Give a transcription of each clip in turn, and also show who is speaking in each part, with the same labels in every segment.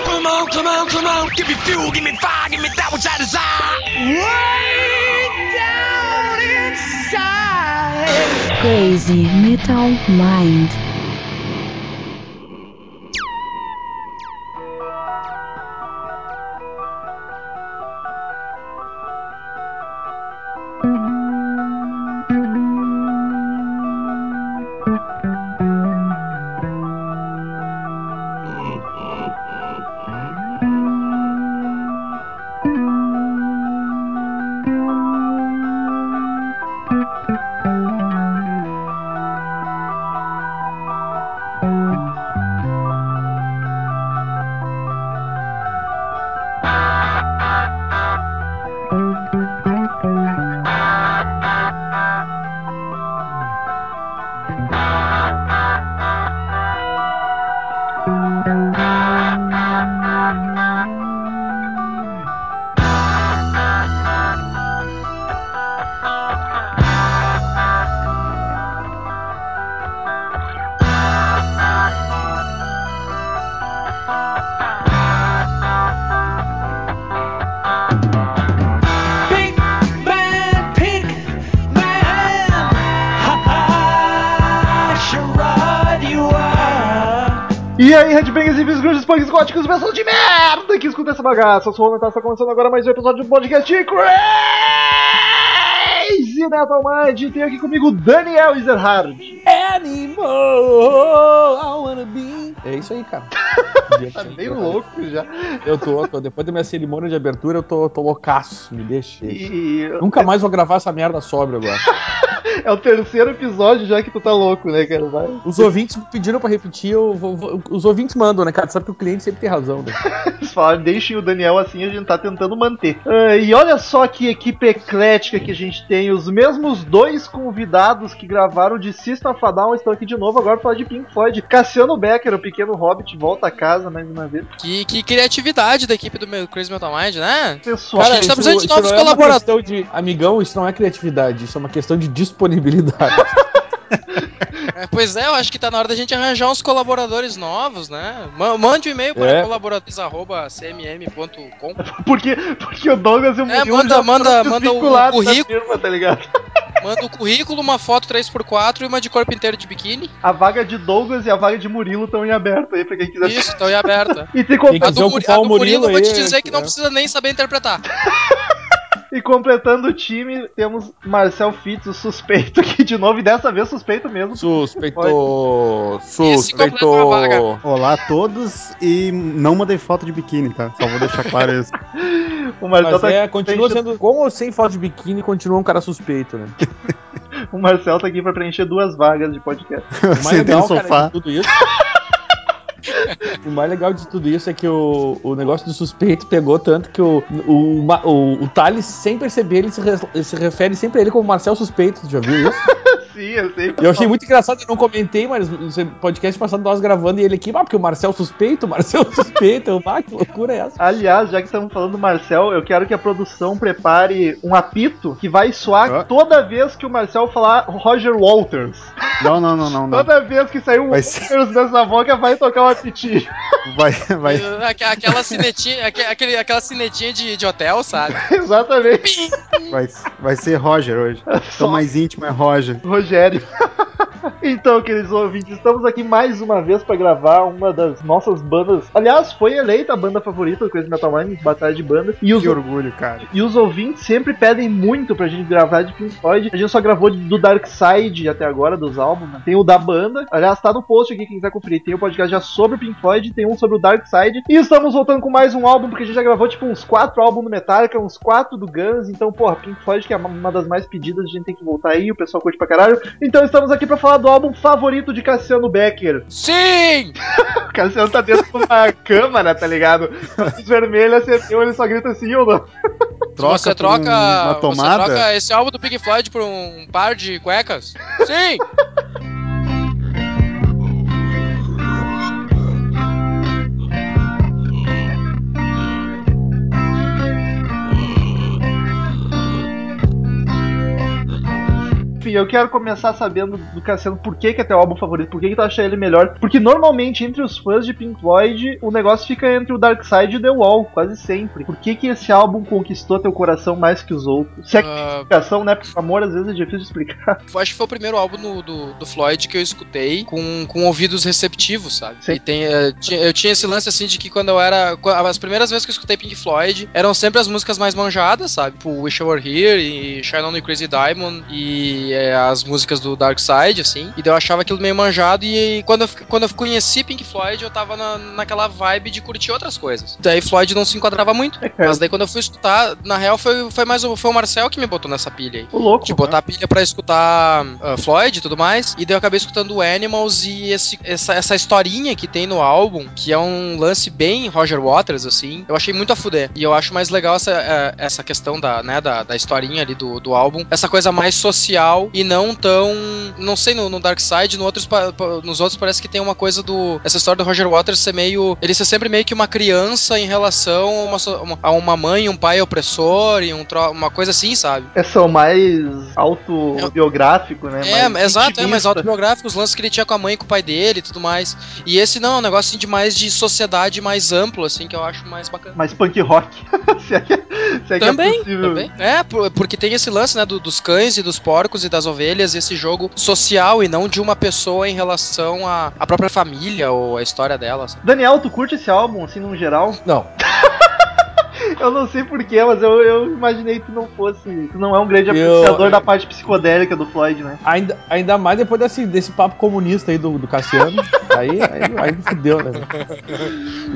Speaker 1: come on, come on. Give me fuel, give me fire, give me that which I desire. Way down inside.
Speaker 2: Crazy Metal Mind.
Speaker 1: Pink man, pink man. Ha ha. Sherrod, you are.
Speaker 3: E aí, Redbangers e Bisgrunges, punks góticos, pessoas de merda que escuta essa bagaça. Eu sou o Romentar, está começando agora mais um episódio do podcast Crazy Metal Mind. E Tem aqui comigo o Daniel Ezerhard.
Speaker 4: Animal, I wanna be. É isso aí, cara. né?
Speaker 3: Tá bem louco já.
Speaker 4: Eu tô, tô- depois da minha cerimônia de abertura, eu tô, tô loucaço, me deixa.
Speaker 3: E
Speaker 4: Nunca mais vou gravar essa merda sóbrio agora.
Speaker 3: é o terceiro episódio já que tu tá louco, né, cara? Vai.
Speaker 4: Os ouvintes pediram pra repetir, eu vou- vou- os ouvintes mandam, né, cara? Sabe que o cliente sempre tem razão, né?
Speaker 3: Eles falaram, deixem o Daniel assim, a gente tá tentando manter. Ah, e olha só que equipe eclética que a gente tem. Os mesmos dois convidados que gravaram de System of a Down estão aqui de novo agora pra falar de Pink Floyd. Cassiano Becker, o pequeno Hobbit, volta a casa mais uma vez.
Speaker 5: Que, que criatividade da equipe do meu Crazy Metal Mind, né?
Speaker 3: Pessoal,
Speaker 5: Cara, a gente tá precisando de novos
Speaker 4: não é uma questão
Speaker 5: colaboradores.
Speaker 4: de amigão, isso não é criatividade, isso é uma questão de disponibilidade.
Speaker 5: É, Pois é, eu acho que tá na hora da gente arranjar uns colaboradores novos, né? Ma- Mande um e-mail para
Speaker 4: É.
Speaker 5: colaboradores.cmm.com.
Speaker 3: porque, porque o Douglas e o
Speaker 5: É,
Speaker 4: um
Speaker 3: Murilo
Speaker 5: manda-
Speaker 3: já
Speaker 5: manda-
Speaker 4: tá
Speaker 3: foram
Speaker 5: manda o
Speaker 3: desvinculados da
Speaker 5: currículo.
Speaker 3: firma, tá ligado?
Speaker 5: Manda o currículo, uma foto 3x4 e uma de corpo inteiro de biquíni.
Speaker 3: A vaga de Douglas e a vaga de Murilo estão em aberto aí pra quem quiser.
Speaker 5: Isso, então é aberta.
Speaker 3: E, se
Speaker 4: Tem
Speaker 3: com-
Speaker 4: que
Speaker 5: A do, Muri-
Speaker 4: ocupar
Speaker 5: a
Speaker 4: o
Speaker 5: do Murilo,
Speaker 4: Murilo
Speaker 5: eu vou te
Speaker 4: aí,
Speaker 5: dizer que não
Speaker 4: né?
Speaker 5: precisa nem saber interpretar.
Speaker 3: e completando o time, temos Marcel Fitz, o suspeito aqui de novo, e dessa vez suspeito mesmo.
Speaker 4: Suspeito.
Speaker 5: Esse completa então uma vaga.
Speaker 4: Suspeito.
Speaker 6: Olá a todos e não mandei foto de biquíni, tá? Só vou deixar claro isso.
Speaker 3: O Marcel
Speaker 4: Mas
Speaker 3: tá
Speaker 4: é, continua
Speaker 3: preencher-
Speaker 4: sendo. Com ou sem foto de biquíni, continua um cara suspeito, né?
Speaker 3: O Marcel tá aqui pra preencher duas vagas de podcast.
Speaker 6: Eu
Speaker 4: O mais
Speaker 6: sentei no
Speaker 4: legal, cara,
Speaker 6: sofá.
Speaker 5: é
Speaker 4: de tudo isso. O mais legal de tudo isso é que o, o negócio do suspeito pegou tanto que o, o, Ma- o, o Thales, sem perceber, ele se, re- ele se refere sempre a ele como Marcel Suspeito. Tu Já viu isso?
Speaker 3: Sim, eu sei.
Speaker 4: Eu achei muito engraçado, eu não comentei, mas no podcast passado nós gravando e ele aqui, ah, porque o Marcel Suspeito, o Marcel Suspeito. Eu, ah, que loucura é essa?
Speaker 3: Aliás, já que estamos falando do Marcel, eu quero que a produção prepare um apito que vai soar
Speaker 6: Ah.
Speaker 3: toda vez que o Marcel falar Roger Walters.
Speaker 6: Não, não, não, não, não.
Speaker 3: Toda vez que sair um
Speaker 6: Vai
Speaker 3: Walters
Speaker 6: ser-
Speaker 3: dessa boca, vai tocar um apitinho.
Speaker 6: Vai, vai.
Speaker 5: Eh, aque- Aquela cinetinha, aque- aquele, aquela cinetinha de, de hotel, sabe?
Speaker 3: Exatamente.
Speaker 6: Vai, vai ser Roger hoje. Então mais íntimo é Roger.
Speaker 3: Rogério. então, queridos ouvintes, estamos aqui mais uma vez para gravar uma das nossas bandas. Aliás, foi eleita a banda favorita do Crazy Metal Mind, Batalha de Bandas. E os
Speaker 6: Que orgulho, cara.
Speaker 3: E os ouvintes sempre pedem muito pra gente gravar de Pink Floyd. A gente só gravou do Dark Side até agora, dos álbuns. né? Tem o da banda. Aliás, tá no post aqui, quem quiser conferir. Tem o podcast já sobre o Pink Floyd, tem um sobre o Dark Side. E estamos voltando com mais um álbum, porque a gente já gravou, tipo, uns quatro álbuns do Metallica, uns quatro do Guns. Então, porra, Pink Floyd, que é uma das mais pedidas, a gente tem que voltar aí. O pessoal curte pra caralho. Então, estamos aqui pra falar do álbum favorito de Cassiano Becker.
Speaker 5: Sim!
Speaker 3: O Cassiano tá dentro de uma câmara, tá ligado? Os vermelhos acertou, ele só grita assim, eu não.
Speaker 6: Troca
Speaker 5: você
Speaker 6: por
Speaker 5: troca,
Speaker 6: um- uma tomada?
Speaker 5: Você troca esse álbum do Pink Floyd por um par de cuecas? Sim!
Speaker 3: Enfim, eu quero começar sabendo do Cassiano por que, que é teu álbum favorito, por que, que tu acha ele melhor. Porque normalmente entre os fãs de Pink Floyd, o negócio fica entre o Dark Side e o The Wall, quase sempre. Por que, que esse álbum conquistou teu coração mais que os outros? Se é que tem
Speaker 5: Ah,
Speaker 3: explicação, né? Porque amor às vezes é difícil de explicar.
Speaker 5: acho que foi o primeiro álbum do, do, do Floyd que eu escutei com, com ouvidos receptivos, sabe?
Speaker 3: Sim.
Speaker 5: E tem, eh, ti- eu tinha esse lance assim de que quando eu era. qu- As primeiras vezes que eu escutei Pink Floyd eram sempre as músicas mais manjadas, sabe? Tipo Wish I Were Here e Shine On the Crazy Diamond e eh, as músicas do Dark Side, assim. E daí eu achava aquilo meio manjado e quando eu, fi- quando eu conheci Pink Floyd eu tava na, naquela vibe de curtir outras coisas. Daí Floyd não se enquadrava muito.
Speaker 3: É, cara.
Speaker 5: Mas daí quando eu fui escutar, na real foi, foi mais o, foi o Marcel que me botou nessa pilha aí
Speaker 3: Ô louco.
Speaker 5: de botar a pilha pra escutar ah, Floyd e tudo mais. E daí eu acabei escutando o Animals e esse- essa, essa historinha que tem no álbum, que é um lance bem Roger Waters, assim. Eu achei muito a fuder. E eu acho mais legal essa, eh, essa questão da, né, da, da historinha ali do, do álbum. Essa coisa mais social e não tão. Não sei, no, no Dark Side, no outros, pa- pa- nos outros parece que tem uma coisa do. Essa história do Roger Waters ser meio. Ele ser sempre meio que uma criança em relação a uma, so- uma- a uma mãe, um pai opressor e um tro- uma coisa assim, sabe?
Speaker 3: É, são mais autobiográfico, né?
Speaker 5: É,
Speaker 3: mais
Speaker 5: exato, é mais
Speaker 3: intimista.
Speaker 5: autobiográfico, os lances que ele tinha com a mãe, com o pai dele e tudo mais. E esse não, é um negócio assim, de mais de sociedade mais amplo, assim, que eu acho mais bacana.
Speaker 3: Mais punk rock. se é que, se é, que é
Speaker 5: Também,
Speaker 3: possível.
Speaker 5: também. É, por- porque tem esse lance, né, do- dos cães e dos porcos e das ovelhas, esse jogo social e não de uma pessoa em relação à, à própria família ou a história dela. sabe?
Speaker 3: Daniel, tu curte esse álbum, assim, no geral?
Speaker 4: Não.
Speaker 3: Eu não sei porquê, mas eu, eu imaginei que tu não fosse. Tu não é um grande
Speaker 4: Eu-
Speaker 3: apreciador da parte psicodélica do Floyd, né?
Speaker 4: Ainda, ainda mais depois desse, desse papo comunista aí do, do Cassiano. aí, aí, aí me fudeu, né?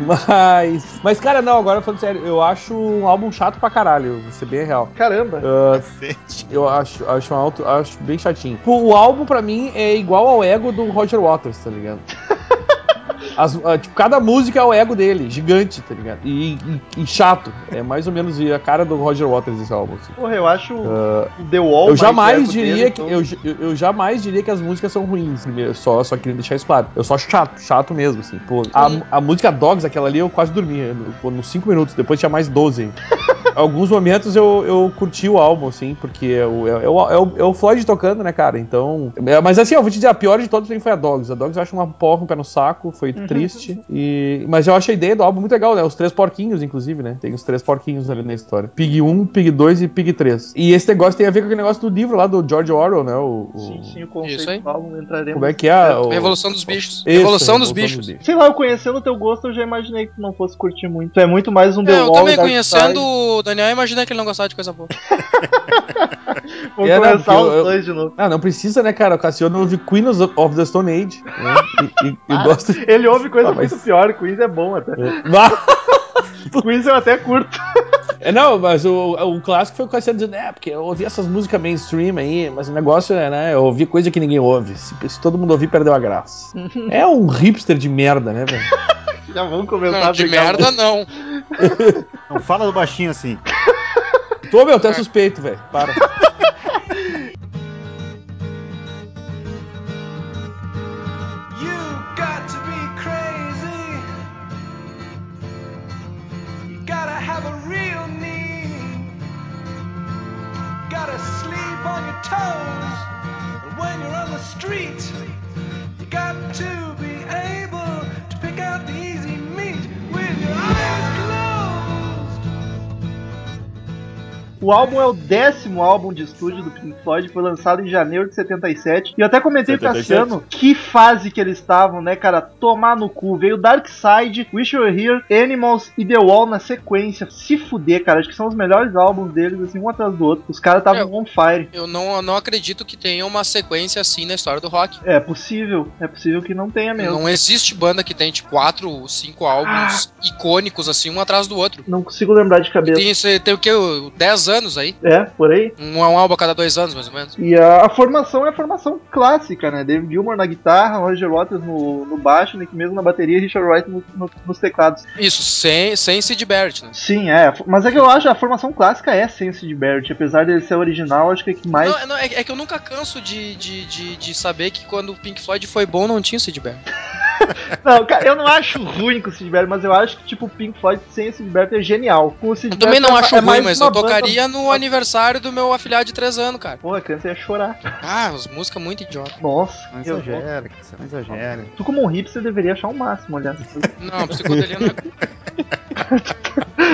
Speaker 4: Mas, mas, cara, não, agora falando sério, eu acho um álbum chato pra caralho, vou ser bem real.
Speaker 3: Caramba.
Speaker 4: Ah, Eu acho, acho, um alto, acho bem chatinho. Pô, o álbum, pra mim, é igual ao ego do Roger Waters, tá ligado? As- ah, tipo, cada música é o ego dele, gigante, tá ligado? E, e- e chato. É mais ou menos a cara do Roger Waters esse álbum. assim.
Speaker 3: Porra, eu acho o The
Speaker 4: ah,
Speaker 3: Wall.
Speaker 4: Eu
Speaker 3: mais
Speaker 4: jamais
Speaker 3: ego
Speaker 4: diria
Speaker 3: dele,
Speaker 4: que
Speaker 3: então-
Speaker 4: eu, ju- eu, eu jamais diria que as músicas são ruins, primeiro, só só queria deixar isso claro. Eu só acho chato, chato mesmo assim. Pô, a, a música Dogs, aquela ali, eu quase dormia, no- pô, nos 5 minutos, depois tinha mais 12. ainda. Alguns momentos eu, eu curti o álbum, assim, porque é o, é, o- é o, é o Floyd tocando, né, cara? Então. é, mas assim, ó, vou te dizer, a pior de todas pra mim foi a Dogs. A Dogs eu acho uma porra, um pé no saco, foi
Speaker 3: Uhum.
Speaker 4: triste. E, mas eu acho a ideia do álbum muito legal, né? Os três porquinhos, inclusive, né? Tem os três porquinhos ali na história: Pig 1, Pig 2 e Pig 3. E esse negócio tem a ver com aquele negócio do livro lá do George Orwell, né? O, o-
Speaker 3: Sim, sim, o conceito
Speaker 5: Isso aí.
Speaker 3: do álbum entraremos.
Speaker 4: Como é que é? O,
Speaker 5: Revolução dos bichos.
Speaker 4: Isso,
Speaker 5: Revolução dos bichos.
Speaker 3: Sei lá, eu conhecendo o teu gosto, eu já imaginei que tu não fosse curtir muito. Tu é muito mais um The
Speaker 5: É, eu
Speaker 3: Wall.
Speaker 5: também
Speaker 3: Dark
Speaker 5: conhecendo o Daniel, imagina que ele não gostava de coisa boa.
Speaker 3: Side. Vamos
Speaker 4: É, não,
Speaker 3: começar
Speaker 4: porque
Speaker 3: os
Speaker 4: eu-
Speaker 3: dois de novo.
Speaker 4: Ah, não precisa, né, cara? O Cassiano ouve Queen of the Stone Age. Né? E, e, e gosta.
Speaker 3: Ele ouve coisa
Speaker 4: Ah, mas-
Speaker 3: muito pior, o Quiz é bom até. Quiz eu até curto.
Speaker 4: É, não, mas o, o clássico foi o Cassiano dizendo, é, porque eu ouvi essas músicas mainstream aí, mas o negócio é, né, eu ouvi coisa que ninguém ouve. Se, se todo mundo ouvir, perdeu a graça.
Speaker 5: Uhum.
Speaker 4: é um hipster de merda, né, velho?
Speaker 3: Já vamos começar
Speaker 5: Não,
Speaker 3: a
Speaker 5: de
Speaker 3: brigar.
Speaker 5: merda não.
Speaker 6: Não fala baixinho assim.
Speaker 4: Tô, meu, até suspeito, velho. Para.
Speaker 1: You've got to be crazy. You gotta have a real need. Gotta sleep on your toes. And when you're on the street, you got to be able to pick out the easy meat with your eyes closed.
Speaker 3: O álbum é o décimo álbum de estúdio do Pink Floyd, foi lançado em janeiro de 77. E eu até comentei pra
Speaker 4: 77?
Speaker 3: Cassiano que fase que eles estavam, né, cara? Tomar no cu. Veio Dark Side, Wish You Were Here, Animals e The Wall na sequência. Se fuder, cara. Acho que são os melhores álbuns deles, assim, um atrás do outro. Os caras estavam on fire.
Speaker 5: Eu não, eu não acredito que tenha uma sequência assim na história do rock.
Speaker 3: É possível, é possível que não tenha mesmo.
Speaker 5: Não existe banda que tem tipo, quatro, cinco álbuns
Speaker 3: Ah.
Speaker 5: icônicos, assim, um atrás do outro.
Speaker 3: Não consigo lembrar de cabeça.
Speaker 5: Tem, isso aí, tem o que? 10 anos aí?
Speaker 3: É, por aí.
Speaker 5: Um, um álbum a cada dois anos, mais ou menos.
Speaker 3: E a, a formação é a formação clássica, né? David Gilmour na guitarra, Roger Waters no, no baixo, Nick mesmo na bateria e Richard Wright no- no- nos teclados.
Speaker 5: Isso, sem, sem Sid Barrett, né?
Speaker 3: Sim, é. Mas é que eu acho a formação clássica é sem o Sid Barrett. Apesar dele ser original, acho que é que mais.
Speaker 5: Não, não, é, é que eu nunca canso de, de, de, de saber que quando o Pink Floyd foi bom, não tinha o Sid Barrett.
Speaker 3: Não, cara, eu não acho ruim com o Sid Barrett, mas eu acho que, tipo, o Pink Floyd sem o Sid Barrett é genial. Com o Sid
Speaker 5: Eu também
Speaker 3: Barrett
Speaker 5: não
Speaker 3: é-
Speaker 5: acho
Speaker 3: é
Speaker 5: ruim,
Speaker 3: mais
Speaker 5: mas
Speaker 3: uma
Speaker 5: eu
Speaker 3: banda-
Speaker 5: tocaria no aniversário do meu afilhado de 3 anos, cara.
Speaker 3: Porra, a criança ia chorar.
Speaker 5: Ah, as músicas muito idiota.
Speaker 3: Nossa,
Speaker 6: Não
Speaker 3: eu-
Speaker 6: exagera, cara, você não exagera.
Speaker 3: Tu como um hipster deveria achar o máximo, olha.
Speaker 5: Não, psicodelia não é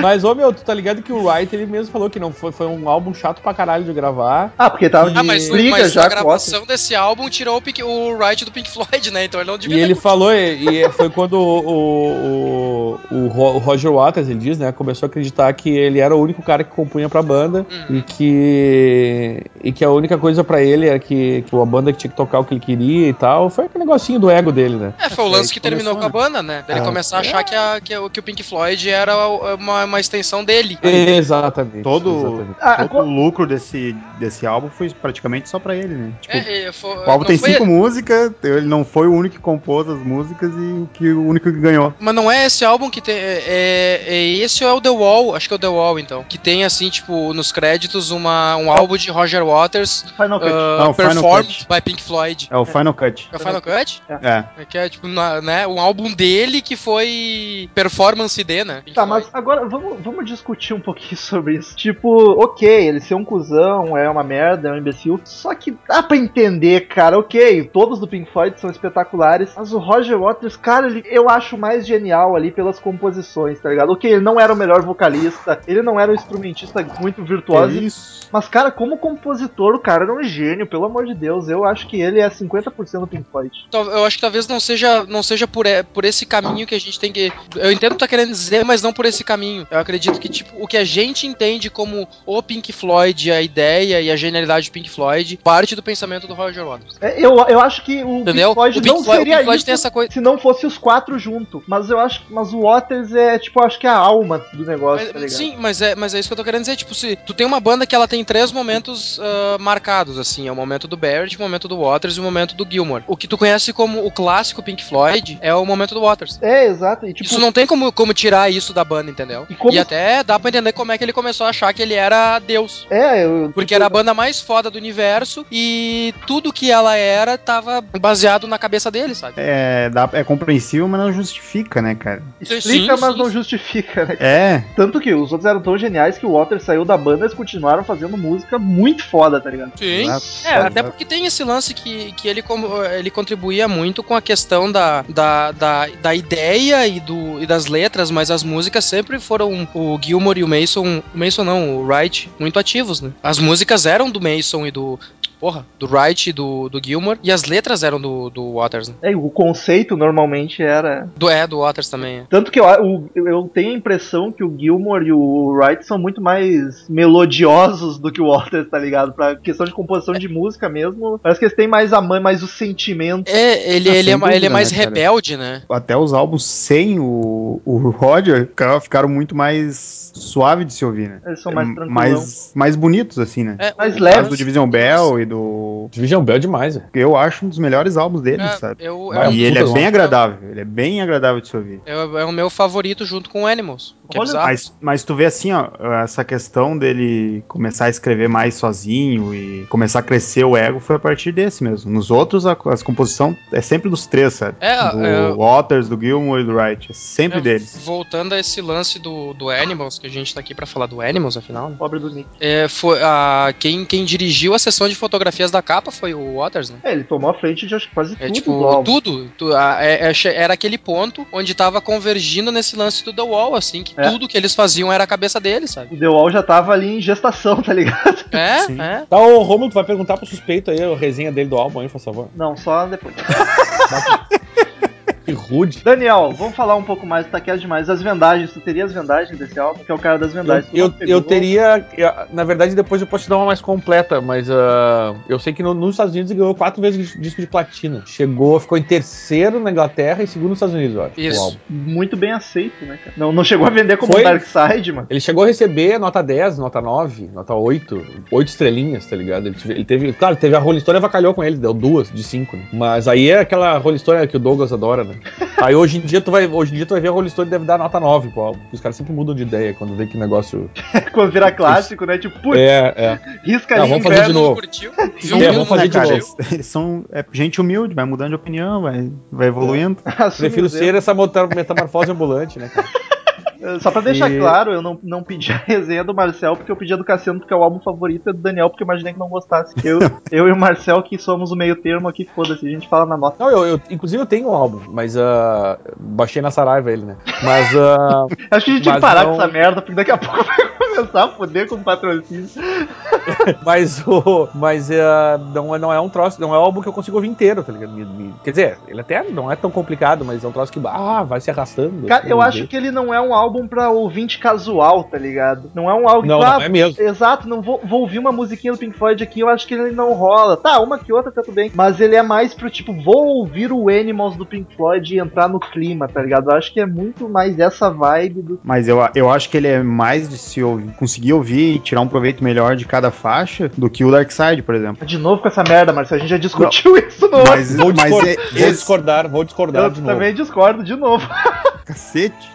Speaker 4: Mas, ô meu, tu tá ligado que o Wright ele mesmo falou que não foi, foi um álbum chato pra caralho de gravar.
Speaker 3: Ah, porque tava de
Speaker 5: Ah, mas,
Speaker 3: briga
Speaker 5: mas
Speaker 3: já
Speaker 5: a
Speaker 3: com o Oscar.
Speaker 5: gravação desse álbum tirou o, Pink- o Wright do Pink Floyd, né? Então ele não
Speaker 4: E
Speaker 5: devia ter
Speaker 4: ele falou, e, e foi quando o, o, o, Ro- o Roger Waters, ele diz, né, começou a acreditar que ele era o único cara que compunha pra banda
Speaker 5: Uhum.
Speaker 4: e que e que a única coisa pra ele era que, que a banda que tinha que tocar o que ele queria e tal. Foi aquele negocinho do ego dele, né?
Speaker 5: É, foi o
Speaker 6: Aí
Speaker 5: lance que
Speaker 6: começou,
Speaker 5: terminou com a
Speaker 6: né?
Speaker 5: banda, né? Ele
Speaker 4: Ah.
Speaker 5: começar a achar que, a- que, o- que o Pink Floyd era o- uma, uma extensão dele.
Speaker 4: Exatamente.
Speaker 6: Todo,
Speaker 4: exatamente.
Speaker 3: Ah,
Speaker 6: todo o lucro desse, desse álbum foi praticamente só pra ele, né? Tipo,
Speaker 5: É, é, foi-
Speaker 6: o álbum
Speaker 5: não
Speaker 6: tem
Speaker 5: foi-
Speaker 6: cinco músicas, ele não foi o único que compôs as músicas e o, que, o único que ganhou.
Speaker 5: Mas não é esse álbum que tem. É, é- é- esse é o The Wall, acho que é o The Wall, então. Que tem, assim, tipo, nos créditos, uma, um álbum de Roger Waters
Speaker 3: Final Cut.
Speaker 5: ah,
Speaker 6: Não, É Final
Speaker 5: performed
Speaker 6: Cut.
Speaker 5: by Pink Floyd.
Speaker 6: É o Final Cut.
Speaker 5: É o Final Cut?
Speaker 6: É.
Speaker 5: Que é, tipo, na- né? Um álbum dele que foi performance dele, né? Pink
Speaker 3: Tá,
Speaker 5: Floyd.
Speaker 3: mas agora vamos, vamos discutir um pouquinho sobre isso. Tipo, ok, ele ser um cuzão, é uma merda, é um imbecil. Só que dá pra entender, cara, ok, todos do Pink Floyd são espetaculares. Mas o Roger Waters, cara, ele, eu acho mais genial ali pelas composições, tá ligado? Ok, ele não era o melhor vocalista, ele não era um instrumentista muito virtuoso.
Speaker 6: É isso.
Speaker 3: Mas, cara, como compositor, o cara era um gênio, pelo amor de Deus. Eu acho que ele é 50% do Pink Floyd.
Speaker 5: Tal- Eu acho que talvez não seja, não seja por, e- por esse caminho que a gente tem que. Eu entendo o que tá querendo dizer, mas não por esse caminho. Eu acredito que, tipo, o que a gente entende como o Pink Floyd, a ideia e a genialidade do Pink Floyd, parte do pensamento do Roger Waters.
Speaker 3: É, Eu, eu acho que o
Speaker 5: Entendeu?
Speaker 3: Pink Floyd
Speaker 5: o Pink
Speaker 3: não
Speaker 5: Floyd, o
Speaker 3: seria
Speaker 5: Pink Floyd
Speaker 3: isso
Speaker 5: tem essa coisa.
Speaker 3: se não fosse os quatro junto. Mas eu acho, mas o Waters é tipo, eu acho que é a alma do negócio, tá
Speaker 5: Mas-
Speaker 3: ligado?
Speaker 5: sim, mas é, mas é isso que eu tô querendo dizer. Tipo, se tu tem uma banda que ela tem três momentos ah, marcados, assim, é o momento do Barrett, o momento do Waters e o momento do Gilmore. O que tu conhece como o clássico Pink Floyd é o momento do Waters.
Speaker 3: É, exato. E tipo,
Speaker 5: Isso não tem como, como tirar isso da banda, entendeu?
Speaker 3: E
Speaker 5: E,
Speaker 3: como-
Speaker 5: até dá pra entender como é que ele começou a achar que ele era Deus.
Speaker 3: é, eu,
Speaker 5: Porque era a banda mais foda do universo e tudo que ela era tava baseado na cabeça dele, sabe?
Speaker 6: É, dá- é compreensível, mas não justifica, né, cara?
Speaker 3: explica,
Speaker 5: Sim,
Speaker 3: mas
Speaker 5: sim,
Speaker 3: não
Speaker 5: sim.
Speaker 3: justifica, né?
Speaker 6: É,
Speaker 3: Tanto que os outros eram tão geniais que o Waters saiu da banda e eles continuaram fazendo música muito foda, tá ligado?
Speaker 5: Sim.
Speaker 6: Exato.
Speaker 5: É, até porque tem esse lance que, que ele, com- ele contribuía muito com a questão da, da, da, da ideia e, do, e das letras, mas as músicas sempre foram o Gilmore e o Mason, o Mason não, o Wright, muito ativos, né? As músicas eram do Mason e do. Porra, do Wright e do, do Gilmore, e as letras eram do, do Waters, né?
Speaker 3: É, o conceito normalmente era.
Speaker 5: Do, é, do Waters também. é.
Speaker 3: Tanto que eu, o- eu tenho a impressão que o Gilmore e o Wright são muito mais melodiosos do que o Waters, tá ligado? Pra questão de composição de música mesmo, parece que eles têm mais a mãe, mais o sentimento.
Speaker 5: É, ele,
Speaker 6: Ah,
Speaker 5: ele, é,
Speaker 6: sem
Speaker 5: ma- ele é
Speaker 6: dúvida,
Speaker 5: mais
Speaker 6: né, cara?
Speaker 5: rebelde, né?
Speaker 6: até os álbuns sem o, o Roger fica- ficaram muito mais suave de se ouvir, né?
Speaker 3: Eles são mais
Speaker 6: É,
Speaker 3: tranquilos.
Speaker 6: mais, mais bonitos, assim, né?
Speaker 5: É,
Speaker 3: Mais
Speaker 5: o-
Speaker 6: É. Do
Speaker 3: leves.
Speaker 6: Division Bell e do.
Speaker 4: Division Bell é demais, velho.
Speaker 6: Eu acho um dos melhores álbuns dele,
Speaker 5: É,
Speaker 6: sabe?
Speaker 5: eu-
Speaker 4: Vai,
Speaker 5: um-
Speaker 6: e ele é
Speaker 4: puta
Speaker 6: bem
Speaker 4: álbum.
Speaker 6: agradável, ele é bem agradável de se ouvir.
Speaker 5: É, o- é o meu favorito junto com o Animals. o Que é
Speaker 3: Olha,
Speaker 5: bizarro.
Speaker 6: Mas, mas tu vê assim, ó, essa questão dele começar a escrever mais sozinho e começar a crescer o ego foi a partir desse mesmo. Nos outros, a, as composição é sempre dos três, sabe?
Speaker 5: É,
Speaker 6: do
Speaker 5: é,
Speaker 6: Waters, do Gilmore e do Wright. É sempre
Speaker 5: É,
Speaker 6: deles.
Speaker 5: Voltando a esse lance do, do Animals, que a gente tá aqui pra falar do Animals, afinal. né?
Speaker 3: Pobre do Nick.
Speaker 5: É, foi, a, quem, quem dirigiu a sessão de fotografias da capa foi o Waters, né?
Speaker 3: É, ele tomou a frente de acho que quase
Speaker 5: É
Speaker 3: tudo
Speaker 5: tipo,
Speaker 3: do álbum.
Speaker 5: tudo. tu- a- é- é che- era aquele ponto onde tava convergindo nesse lance do The Wall, assim, que
Speaker 3: É.
Speaker 5: tudo que eles faziam era a cabeça dele, sabe?
Speaker 3: O The Wall já tava ali em gestação, tá ligado?
Speaker 5: É,
Speaker 6: Sim.
Speaker 5: é.
Speaker 4: Tá, o Romulo, tu vai perguntar pro suspeito aí a resenha dele do álbum aí, por favor.
Speaker 3: Não, só depois.
Speaker 4: Que rude.
Speaker 3: Daniel, vamos falar um pouco mais, tá quieto demais. As vendagens, tu teria as vendagens desse álbum? Que é o cara das vendagens. Tu
Speaker 4: Eu,
Speaker 3: não
Speaker 4: eu,
Speaker 3: pegou?
Speaker 4: eu teria. eu- na verdade, depois eu posso te dar uma mais completa, mas ah, eu sei que no- nos Estados Unidos ele ganhou quatro vezes disco de platina. Chegou, ficou em terceiro na Inglaterra e segundo nos Estados Unidos, eu acho. o
Speaker 5: Isso.
Speaker 4: álbum.
Speaker 3: Muito bem aceito, né, cara? Não, não chegou a vender como
Speaker 4: Foi?
Speaker 3: o Dark Side, mano.
Speaker 4: Ele chegou a receber nota 10, nota 9, nota 8, 8 estrelinhas, tá ligado? Ele teve, ele teve- claro, teve a Rolling Stone avacalhou com ele, deu duas de cinco, né? Mas aí é aquela Rolling Stone que o Douglas adora, né? velho. Aí hoje em dia tu vai, hoje em dia tu vai ver a Rolling Stone deve dar nota 9 pro álbum. Porque os caras sempre mudam de ideia quando vê que o negócio.
Speaker 3: Quando virar clássico, né? Tipo, putz,
Speaker 4: É, é.
Speaker 3: risca
Speaker 4: Não,
Speaker 3: ali
Speaker 4: vamos fazer de
Speaker 3: inverno.
Speaker 4: novo.
Speaker 5: curtiu? Viu
Speaker 6: É,
Speaker 4: É,
Speaker 5: que
Speaker 4: vamos
Speaker 5: não
Speaker 4: fazer de
Speaker 5: curtiu?
Speaker 6: cara,
Speaker 4: novo.
Speaker 6: eles, eles são é gente humilde, vai mudando de opinião, vai, vai evoluindo.
Speaker 3: Assume
Speaker 4: um- Prefiro
Speaker 3: os
Speaker 4: ser essa mota- metamorfose ambulante, né, cara?
Speaker 3: erros. Só pra deixar
Speaker 4: E-
Speaker 3: claro, eu não, não pedi a resenha do Marcel, porque eu pedi a do Cassiano, porque é o álbum favorito, e a do Daniel, porque eu imaginei que não gostasse. Eu, eu e o Marcel, que somos o meio termo aqui, foda-se, a gente fala na nota.
Speaker 4: Não, eu, eu- inclusive eu tenho o álbum, mas ah, baixei na Saraiva ele, né? Mas ah,
Speaker 3: Acho que a gente tinha
Speaker 4: Mas
Speaker 3: que parar
Speaker 4: não-
Speaker 3: com essa merda, porque daqui a pouco vai começar a foder com patrocínio.
Speaker 4: mas o mas ah, não, é- não é um troço, não é um álbum que eu consigo ouvir inteiro, tá ligado? Me- me- quer dizer, ele até não é tão complicado, mas é um troço que ah, vai se arrastando. assim,
Speaker 3: Cara, eu
Speaker 4: Não
Speaker 3: acho
Speaker 4: sei.
Speaker 3: que ele não é um álbum pra ouvinte casual, tá ligado? Não é um álbum
Speaker 4: não,
Speaker 3: que, ah,
Speaker 4: não é mesmo.
Speaker 3: Exato, não vou, vou ouvir uma musiquinha do Pink Floyd aqui, eu acho que ele não rola. Tá, uma que outra tá tudo bem, mas ele é mais pro tipo, vou ouvir o Animals do Pink Floyd e entrar no clima, tá ligado? Eu acho que é muito mais essa vibe do.
Speaker 6: Mas eu, eu acho que ele é mais de se ouvir, conseguir ouvir e tirar um proveito melhor de cada faixa do que o Dark Side, por exemplo.
Speaker 3: Ah, De novo com essa merda, Marcelo, a gente já discutiu isso no outro.
Speaker 6: Mas,
Speaker 4: Vou,
Speaker 6: mas
Speaker 4: discor-
Speaker 6: é,
Speaker 4: vou
Speaker 6: esse
Speaker 4: discordar, vou discordar
Speaker 3: Eu
Speaker 4: de novo.
Speaker 3: também discordo, de novo.
Speaker 6: cacete.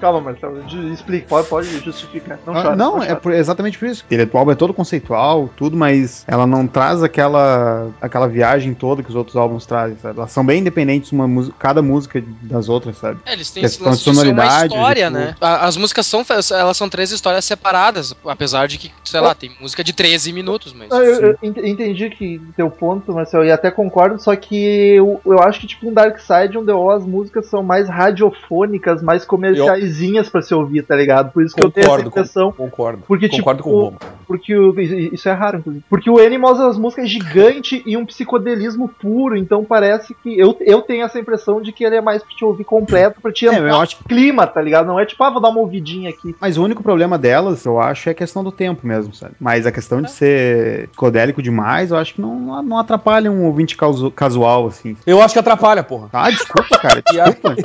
Speaker 3: Calma, Marcelo, de- explica, pode, pode justificar. Não
Speaker 6: Ah,
Speaker 3: chora.
Speaker 6: Não, é
Speaker 3: chora.
Speaker 6: por- exatamente por isso. Ele, o álbum é todo conceitual, tudo, mas ela não traz aquela, aquela viagem toda que os outros álbuns trazem, sabe? Elas são bem independentes, uma, música- cada música das outras, sabe?
Speaker 5: É, eles têm esse
Speaker 6: Questão
Speaker 5: lance
Speaker 6: de
Speaker 5: de ser uma
Speaker 6: sonoridade,
Speaker 5: história,
Speaker 6: tipo-
Speaker 5: né? A- As músicas são, elas são três histórias separadas, apesar de que, sei lá, tem música de 13 minutos, mas...
Speaker 3: Ah, eu, eu ent- entendi que teu ponto, Marcelo, e até concordo, só que eu, eu acho que tipo um Dark Side um The Wall as músicas são mais radiofônicas, mais comerciaisinhas pra se ouvir, tá ligado? Por isso que eu tenho essa
Speaker 4: Concordo com-
Speaker 3: impressão.
Speaker 4: Concordo.
Speaker 3: Porque,
Speaker 4: concordo
Speaker 3: tipo,
Speaker 4: com o Romo.
Speaker 3: Porque o- isso é raro, inclusive. Porque o Animals as músicas é gigante e um psicodelismo puro, então parece que eu, eu tenho essa impressão de que ele é mais pra te ouvir completo, pra te
Speaker 6: É,
Speaker 3: entrar
Speaker 6: eu acho que-
Speaker 3: no clima, Então, tá ligado? Não é tipo, ah, vou dar uma ouvidinha aqui.
Speaker 6: Mas o único problema delas, eu acho, é a questão do tempo mesmo, sabe? Mas a questão de ser codélico demais, eu acho que não, não atrapalha um ouvinte causo- casual, assim.
Speaker 4: Eu acho que atrapalha, porra.
Speaker 6: Ah, desculpa, cara,
Speaker 4: E a-
Speaker 6: desculpa.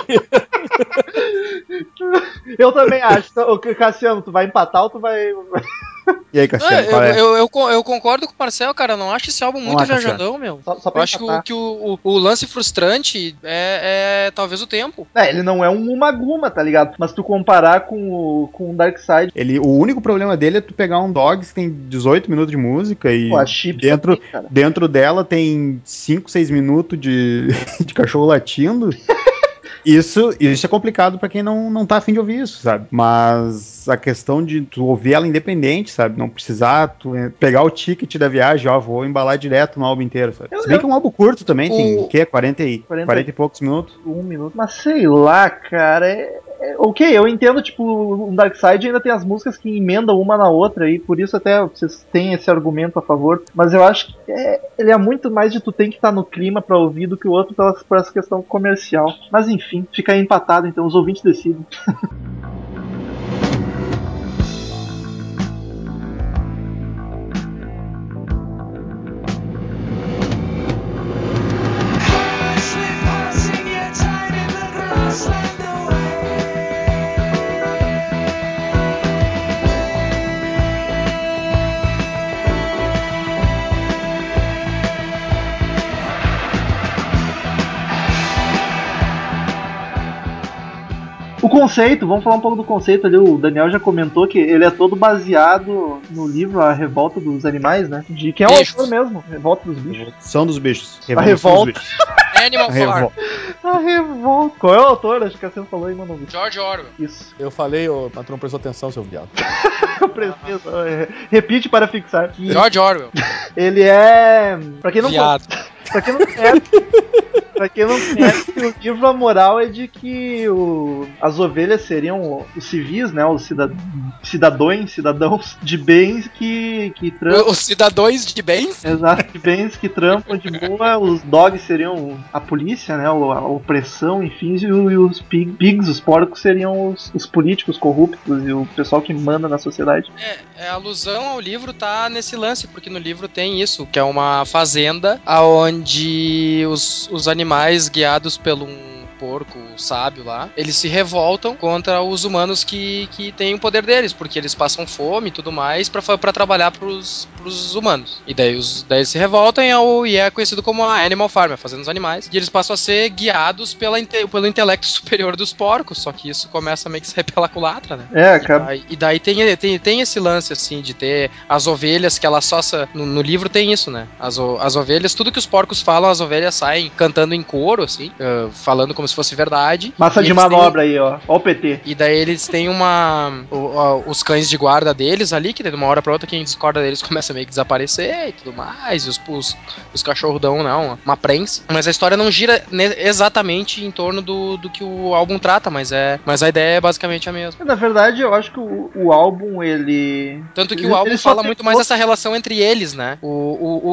Speaker 3: Eu também acho. Então, ô, Cassiano, tu vai empatar ou tu vai.
Speaker 6: E
Speaker 5: Não,
Speaker 6: aí, Cassiano,
Speaker 5: eu,
Speaker 6: qual é?
Speaker 5: eu, eu con- eu concordo com o Marcel, cara. eu Não acho esse álbum
Speaker 6: Vamos
Speaker 5: muito
Speaker 6: lá, Cassiano.
Speaker 5: viajandão, meu.
Speaker 3: Só, só pra
Speaker 5: Eu acho que, o,
Speaker 3: empatar?
Speaker 5: que o, o- o lance frustrante é, é talvez o tempo.
Speaker 3: É, ele não é um Umaguma, tá ligado? Mas tu comparar com o, com o Darkseid,
Speaker 6: Ele, o único problema dele é tu pegar um Dogs que tem 18 minutos de música e
Speaker 3: pô, a Chips
Speaker 6: dentro-
Speaker 3: também, cara.
Speaker 6: dentro dela tem 5, 6 minutos de, de cachorro latindo. Isso, isso é complicado pra quem não, não tá afim de ouvir isso, sabe? Mas a questão de tu ouvir ela independente, sabe? Não precisar tu eh, pegar o ticket da viagem, ó, vou embalar direto no álbum inteiro, sabe?
Speaker 3: Eu-
Speaker 6: Se bem que é um álbum curto também, tem
Speaker 5: O-
Speaker 6: o quê? 40 e,
Speaker 3: 40
Speaker 6: 40... e poucos minutos.
Speaker 3: Um minuto. Mas sei lá, cara. É, é- ok, eu entendo, tipo, o Darkseid ainda tem as músicas que emendam uma na outra, e por isso até vocês têm esse argumento a favor. Mas eu acho que é- ele é muito mais de tu tem que estar no clima pra ouvir do que o outro pela, por essa questão comercial. Mas enfim, fica aí empatado, então os ouvintes decidem. O conceito, vamos falar um pouco do conceito ali. O Daniel já comentou que ele é todo baseado no livro A Revolta dos Animais, né? De quem é o
Speaker 5: Bichos.
Speaker 3: autor mesmo? Revolta dos Bichos.
Speaker 6: São dos bichos.
Speaker 3: A
Speaker 6: Revolução dos
Speaker 3: revolta.
Speaker 6: bichos.
Speaker 5: É Animal
Speaker 6: A
Speaker 5: Farm,
Speaker 6: revolta.
Speaker 3: A Revolta. Qual é o autor? Acho que a Cassiano falou aí, mano.
Speaker 5: George Orwell.
Speaker 3: Isso.
Speaker 4: Eu falei, ô, mas tu não prestou atenção, seu viado.
Speaker 3: Eu preciso. é, Repite para fixar. que
Speaker 5: George Orwell.
Speaker 3: ele é. Pra quem não
Speaker 5: Viado.
Speaker 3: Pra quem não conhece. Pra quem não conhece, o livro, a moral é de que o- as ovelhas seriam os civis, né? Os cida- cidadões, cidadãos de bens que, que trans-
Speaker 5: Os cidadãos de bens.
Speaker 3: Exato, de bens que trampam de boa, os dogs seriam a polícia, né? o- A opressão, enfim, e o- e os pig- pigs, os porcos, seriam os, os políticos corruptos e o pessoal que manda na sociedade.
Speaker 5: É, a alusão ao livro tá nesse lance, porque no livro tem isso, que é uma fazenda onde os, os animais guiados pelo um- por porco sábio lá, eles se revoltam contra os humanos que, que têm o poder deles, porque eles passam fome e tudo mais pra, fa- pra trabalhar pros, pros humanos. E daí, os, daí eles se revoltam e é, o- e é conhecido como a Animal Farm, a fazenda dos animais. E eles passam a ser guiados pela, inte- pelo intelecto superior dos porcos, só que isso começa a meio que se repela culatra, né?
Speaker 3: É,
Speaker 5: E
Speaker 3: cara.
Speaker 5: daí- E daí tem, tem, tem esse lance, assim, de ter as ovelhas que elas só. sa- No, no livro tem isso, né? As, o- as ovelhas, tudo que os porcos falam, as ovelhas saem cantando em coro, assim, ah, falando como se fosse verdade.
Speaker 3: Massa
Speaker 5: E
Speaker 3: de
Speaker 5: eles têm- um,
Speaker 3: manobra aí, ó. Ó o PT.
Speaker 5: e daí eles têm uma. o- ó, os cães de guarda deles ali, que de uma hora pra outra quem discorda deles começa meio que desaparecer e tudo mais. E os, os, os cachorros dão, não, uma prensa. Mas a história não gira ne- exatamente em torno do, do que o álbum trata, mas é. Mas a ideia é basicamente a mesma.
Speaker 3: Na verdade, eu acho que o, o álbum, ele.
Speaker 5: Tanto que
Speaker 3: Ele-
Speaker 5: o álbum
Speaker 3: ele só
Speaker 5: fala
Speaker 3: tem
Speaker 5: muito mais
Speaker 3: outro-
Speaker 5: dessa relação entre eles, né? O,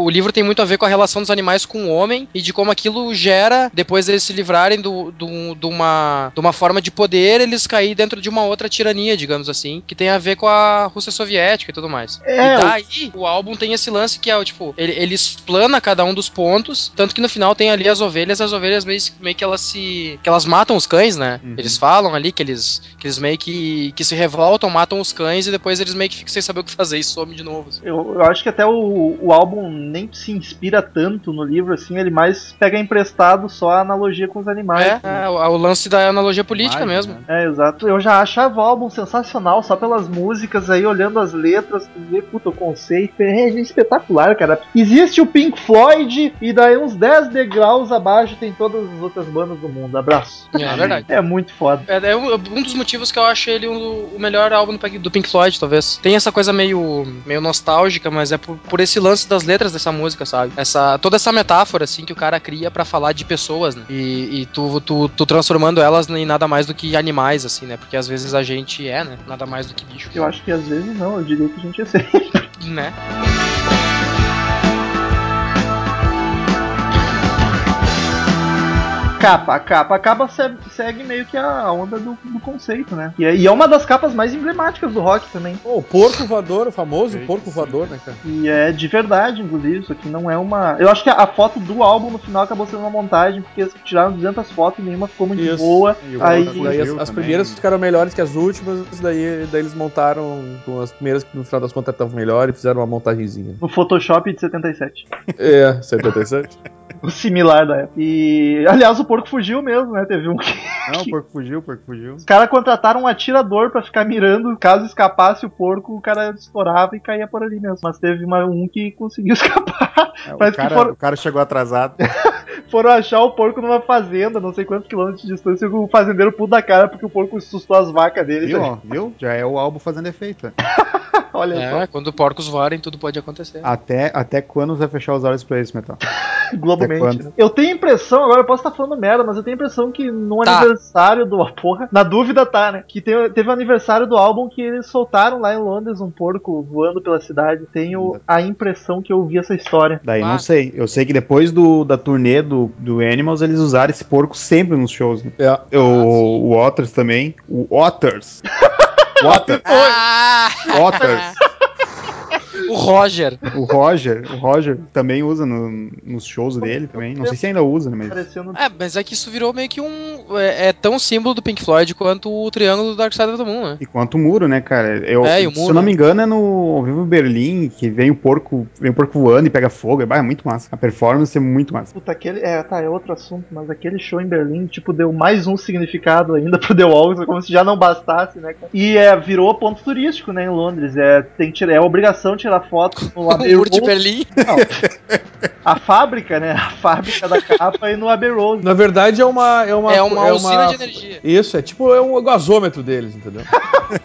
Speaker 5: o, o livro tem muito a ver com a relação dos animais com o homem e de como aquilo gera, depois deles se livrarem do, do, de, uma, de uma forma de poder, eles cair dentro de uma outra tirania, digamos assim, que tem a ver com a Rússia Soviética e tudo mais.
Speaker 3: É,
Speaker 5: e daí, o álbum tem esse lance que é, o tipo, ele, ele explana cada um dos pontos, tanto que no final tem ali as ovelhas, as ovelhas meio, meio que elas se... que elas matam os cães, né?
Speaker 6: Uhum.
Speaker 5: Eles falam ali que eles que eles meio que, que se revoltam, matam os cães e depois eles meio que ficam sem saber o que fazer e somem de novo. assim.
Speaker 3: Eu, eu acho que até o, o álbum nem se inspira tanto no livro, assim, ele mais pega emprestado só a analogia com os animais.
Speaker 5: É, é, o, o lance da analogia política
Speaker 6: Imagem,
Speaker 5: mesmo.
Speaker 6: né?
Speaker 3: É, exato. Eu já achava o álbum sensacional só pelas músicas aí, olhando as letras, tu vê, puta, o conceito é, é espetacular, cara. Existe o Pink Floyd e daí uns 10 degraus abaixo tem todas as outras bandas do mundo. Abraço.
Speaker 5: É, é verdade.
Speaker 3: É muito foda.
Speaker 5: É, é um, um dos motivos que eu acho ele o, o melhor álbum do Pink- do Pink Floyd, talvez. Tem essa coisa meio, meio nostálgica, mas é por, por esse lance das letras dessa música, sabe? Essa, toda essa metáfora, assim, que o cara cria pra falar de pessoas, né? E, e tu, tu, tu transformando elas em nada mais do que animais, assim, né? Porque às vezes a gente é, né? Nada mais do que bicho.
Speaker 3: Eu acho que às vezes não, eu diria que a gente é ia ser.
Speaker 5: Né?
Speaker 3: capa, a capa. A capa se- segue meio que a onda do, do conceito, né? E é, e é uma das capas mais emblemáticas do rock também.
Speaker 4: Pô, o porco voador, o famoso porco voador, né, cara?
Speaker 3: E é de verdade, inclusive, isso aqui não é uma. Eu acho que a, a foto do álbum no final acabou sendo uma montagem, porque eles tiraram 200 fotos e nenhuma ficou muito
Speaker 4: Isso.
Speaker 3: boa.
Speaker 6: E o
Speaker 3: Aí,
Speaker 6: outro
Speaker 4: E aí as,
Speaker 6: Fugiu
Speaker 4: as
Speaker 6: também.
Speaker 4: primeiras ficaram melhores que as últimas, daí, daí eles montaram com as primeiras que no final das contas estavam melhor e fizeram uma montagenzinha.
Speaker 3: no Photoshop de 77.
Speaker 4: É, 77.
Speaker 3: O similar da época. E, aliás, o porco fugiu mesmo, né? Teve um. que-
Speaker 6: Não, o porco fugiu, o porco fugiu.
Speaker 3: Os caras contrataram um atirador pra ficar mirando. Caso escapasse o porco, o cara estourava e caía por ali mesmo. Mas teve uma- um que conseguiu escapar.
Speaker 6: É, o,
Speaker 3: Parece que
Speaker 6: cara,
Speaker 3: foram-
Speaker 6: o cara chegou atrasado.
Speaker 3: Foram achar o porco numa fazenda, não sei quantos quilômetros de distância, e o fazendeiro pulo da cara porque o porco assustou as vacas dele.
Speaker 6: Viu? ó, Viu? Já é o álbum fazendo efeito. né?
Speaker 3: Olha só.
Speaker 5: É, quando porcos voarem, tudo pode acontecer.
Speaker 6: Até, até quando você vai fechar os olhos pra isso, Metal? Até
Speaker 3: Globalmente.
Speaker 6: quando?
Speaker 3: né? Eu tenho a impressão, agora eu posso estar falando merda, mas eu tenho a impressão que no
Speaker 5: Tá.
Speaker 3: aniversário do. Porra, na dúvida tá, né? Que tem- teve o aniversário do álbum que eles soltaram lá em Londres um porco voando pela cidade. Tenho a impressão que eu vi essa história.
Speaker 6: Daí
Speaker 5: Claro.
Speaker 6: não sei. Eu sei que depois do, da turnê do, do Animals, eles usaram esse porco sempre nos shows. né?
Speaker 4: É.
Speaker 6: O, o Otters também. O Otters. Otters.
Speaker 5: Ah,
Speaker 6: Otters.
Speaker 5: o Roger.
Speaker 6: O Roger. O Roger também usa no- nos shows dele também. Não sei se ainda usa, né? Mas...
Speaker 3: Parecendo.
Speaker 5: É, mas é que isso virou meio que um. É, é tão símbolo do Pink Floyd quanto o triângulo do Dark Side of the Moon, né?
Speaker 6: E quanto o muro, né, cara? Eu,
Speaker 5: É, e o
Speaker 6: se
Speaker 5: muro.
Speaker 6: eu não me engano, é no ao vivo Berlim, que vem o porco, vem o porco voando e pega fogo. É, é muito massa. A performance é muito massa.
Speaker 3: Puta, aquele. É, tá, é outro assunto, mas aquele show em Berlim, tipo, deu mais um significado ainda pro The Walls, como se já não bastasse, né? cara? E é, virou ponto turístico, né, em Londres. É, tem que tirar, é obrigação tirar foto no Abbey
Speaker 5: O muro Um de
Speaker 3: Road.
Speaker 5: Berlim.
Speaker 3: A fábrica, né? A fábrica da capa e no Abbey Road.
Speaker 4: Na verdade, é uma. É uma,
Speaker 5: É uma usina de energia.
Speaker 4: Isso, é tipo é um gasômetro deles, entendeu?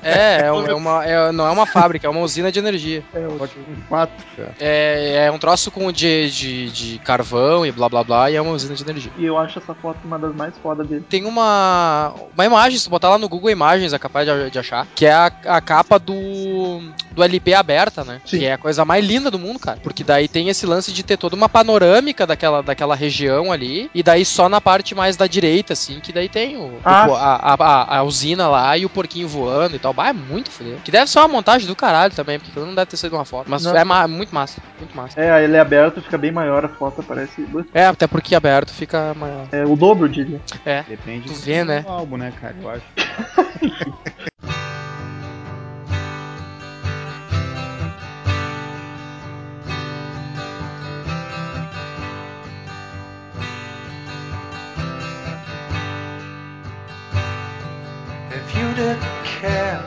Speaker 5: É, é, um- é uma, é- não é uma fábrica, é uma usina de energia.
Speaker 3: É, o-
Speaker 6: Quatro.
Speaker 5: É, é um troço com de, de, de carvão e blá blá blá, e é uma usina de energia.
Speaker 3: E eu acho essa foto uma das mais fodas dele.
Speaker 5: Tem uma, uma imagem, se tu botar lá no Google Imagens, é capaz de, de achar, que é a, a capa do, do LP aberta, né?
Speaker 3: Sim.
Speaker 5: Que é a coisa mais linda do mundo, cara. Porque daí tem esse lance de ter toda uma panorâmica daquela, daquela região ali, e daí só na parte mais da direita, assim, que daí tem o,
Speaker 3: Ah.
Speaker 5: o po- a, a- a- a usina lá e o porquinho voando e tal. Bah, é muito frio. Que deve ser uma montagem do caralho também, porque aquilo não deve ter sido uma foto. Mas
Speaker 3: Não.
Speaker 5: é ma- muito massa, muito massa.
Speaker 3: É, ele é aberto, fica bem maior a foto, aparece dois-
Speaker 5: É, até porque aberto fica maior.
Speaker 3: é, o dobro, eu diria.
Speaker 6: Depende
Speaker 5: Tu
Speaker 6: do
Speaker 5: vê, né?
Speaker 6: álbum, né, cara? Eu acho.
Speaker 1: If you didn't care,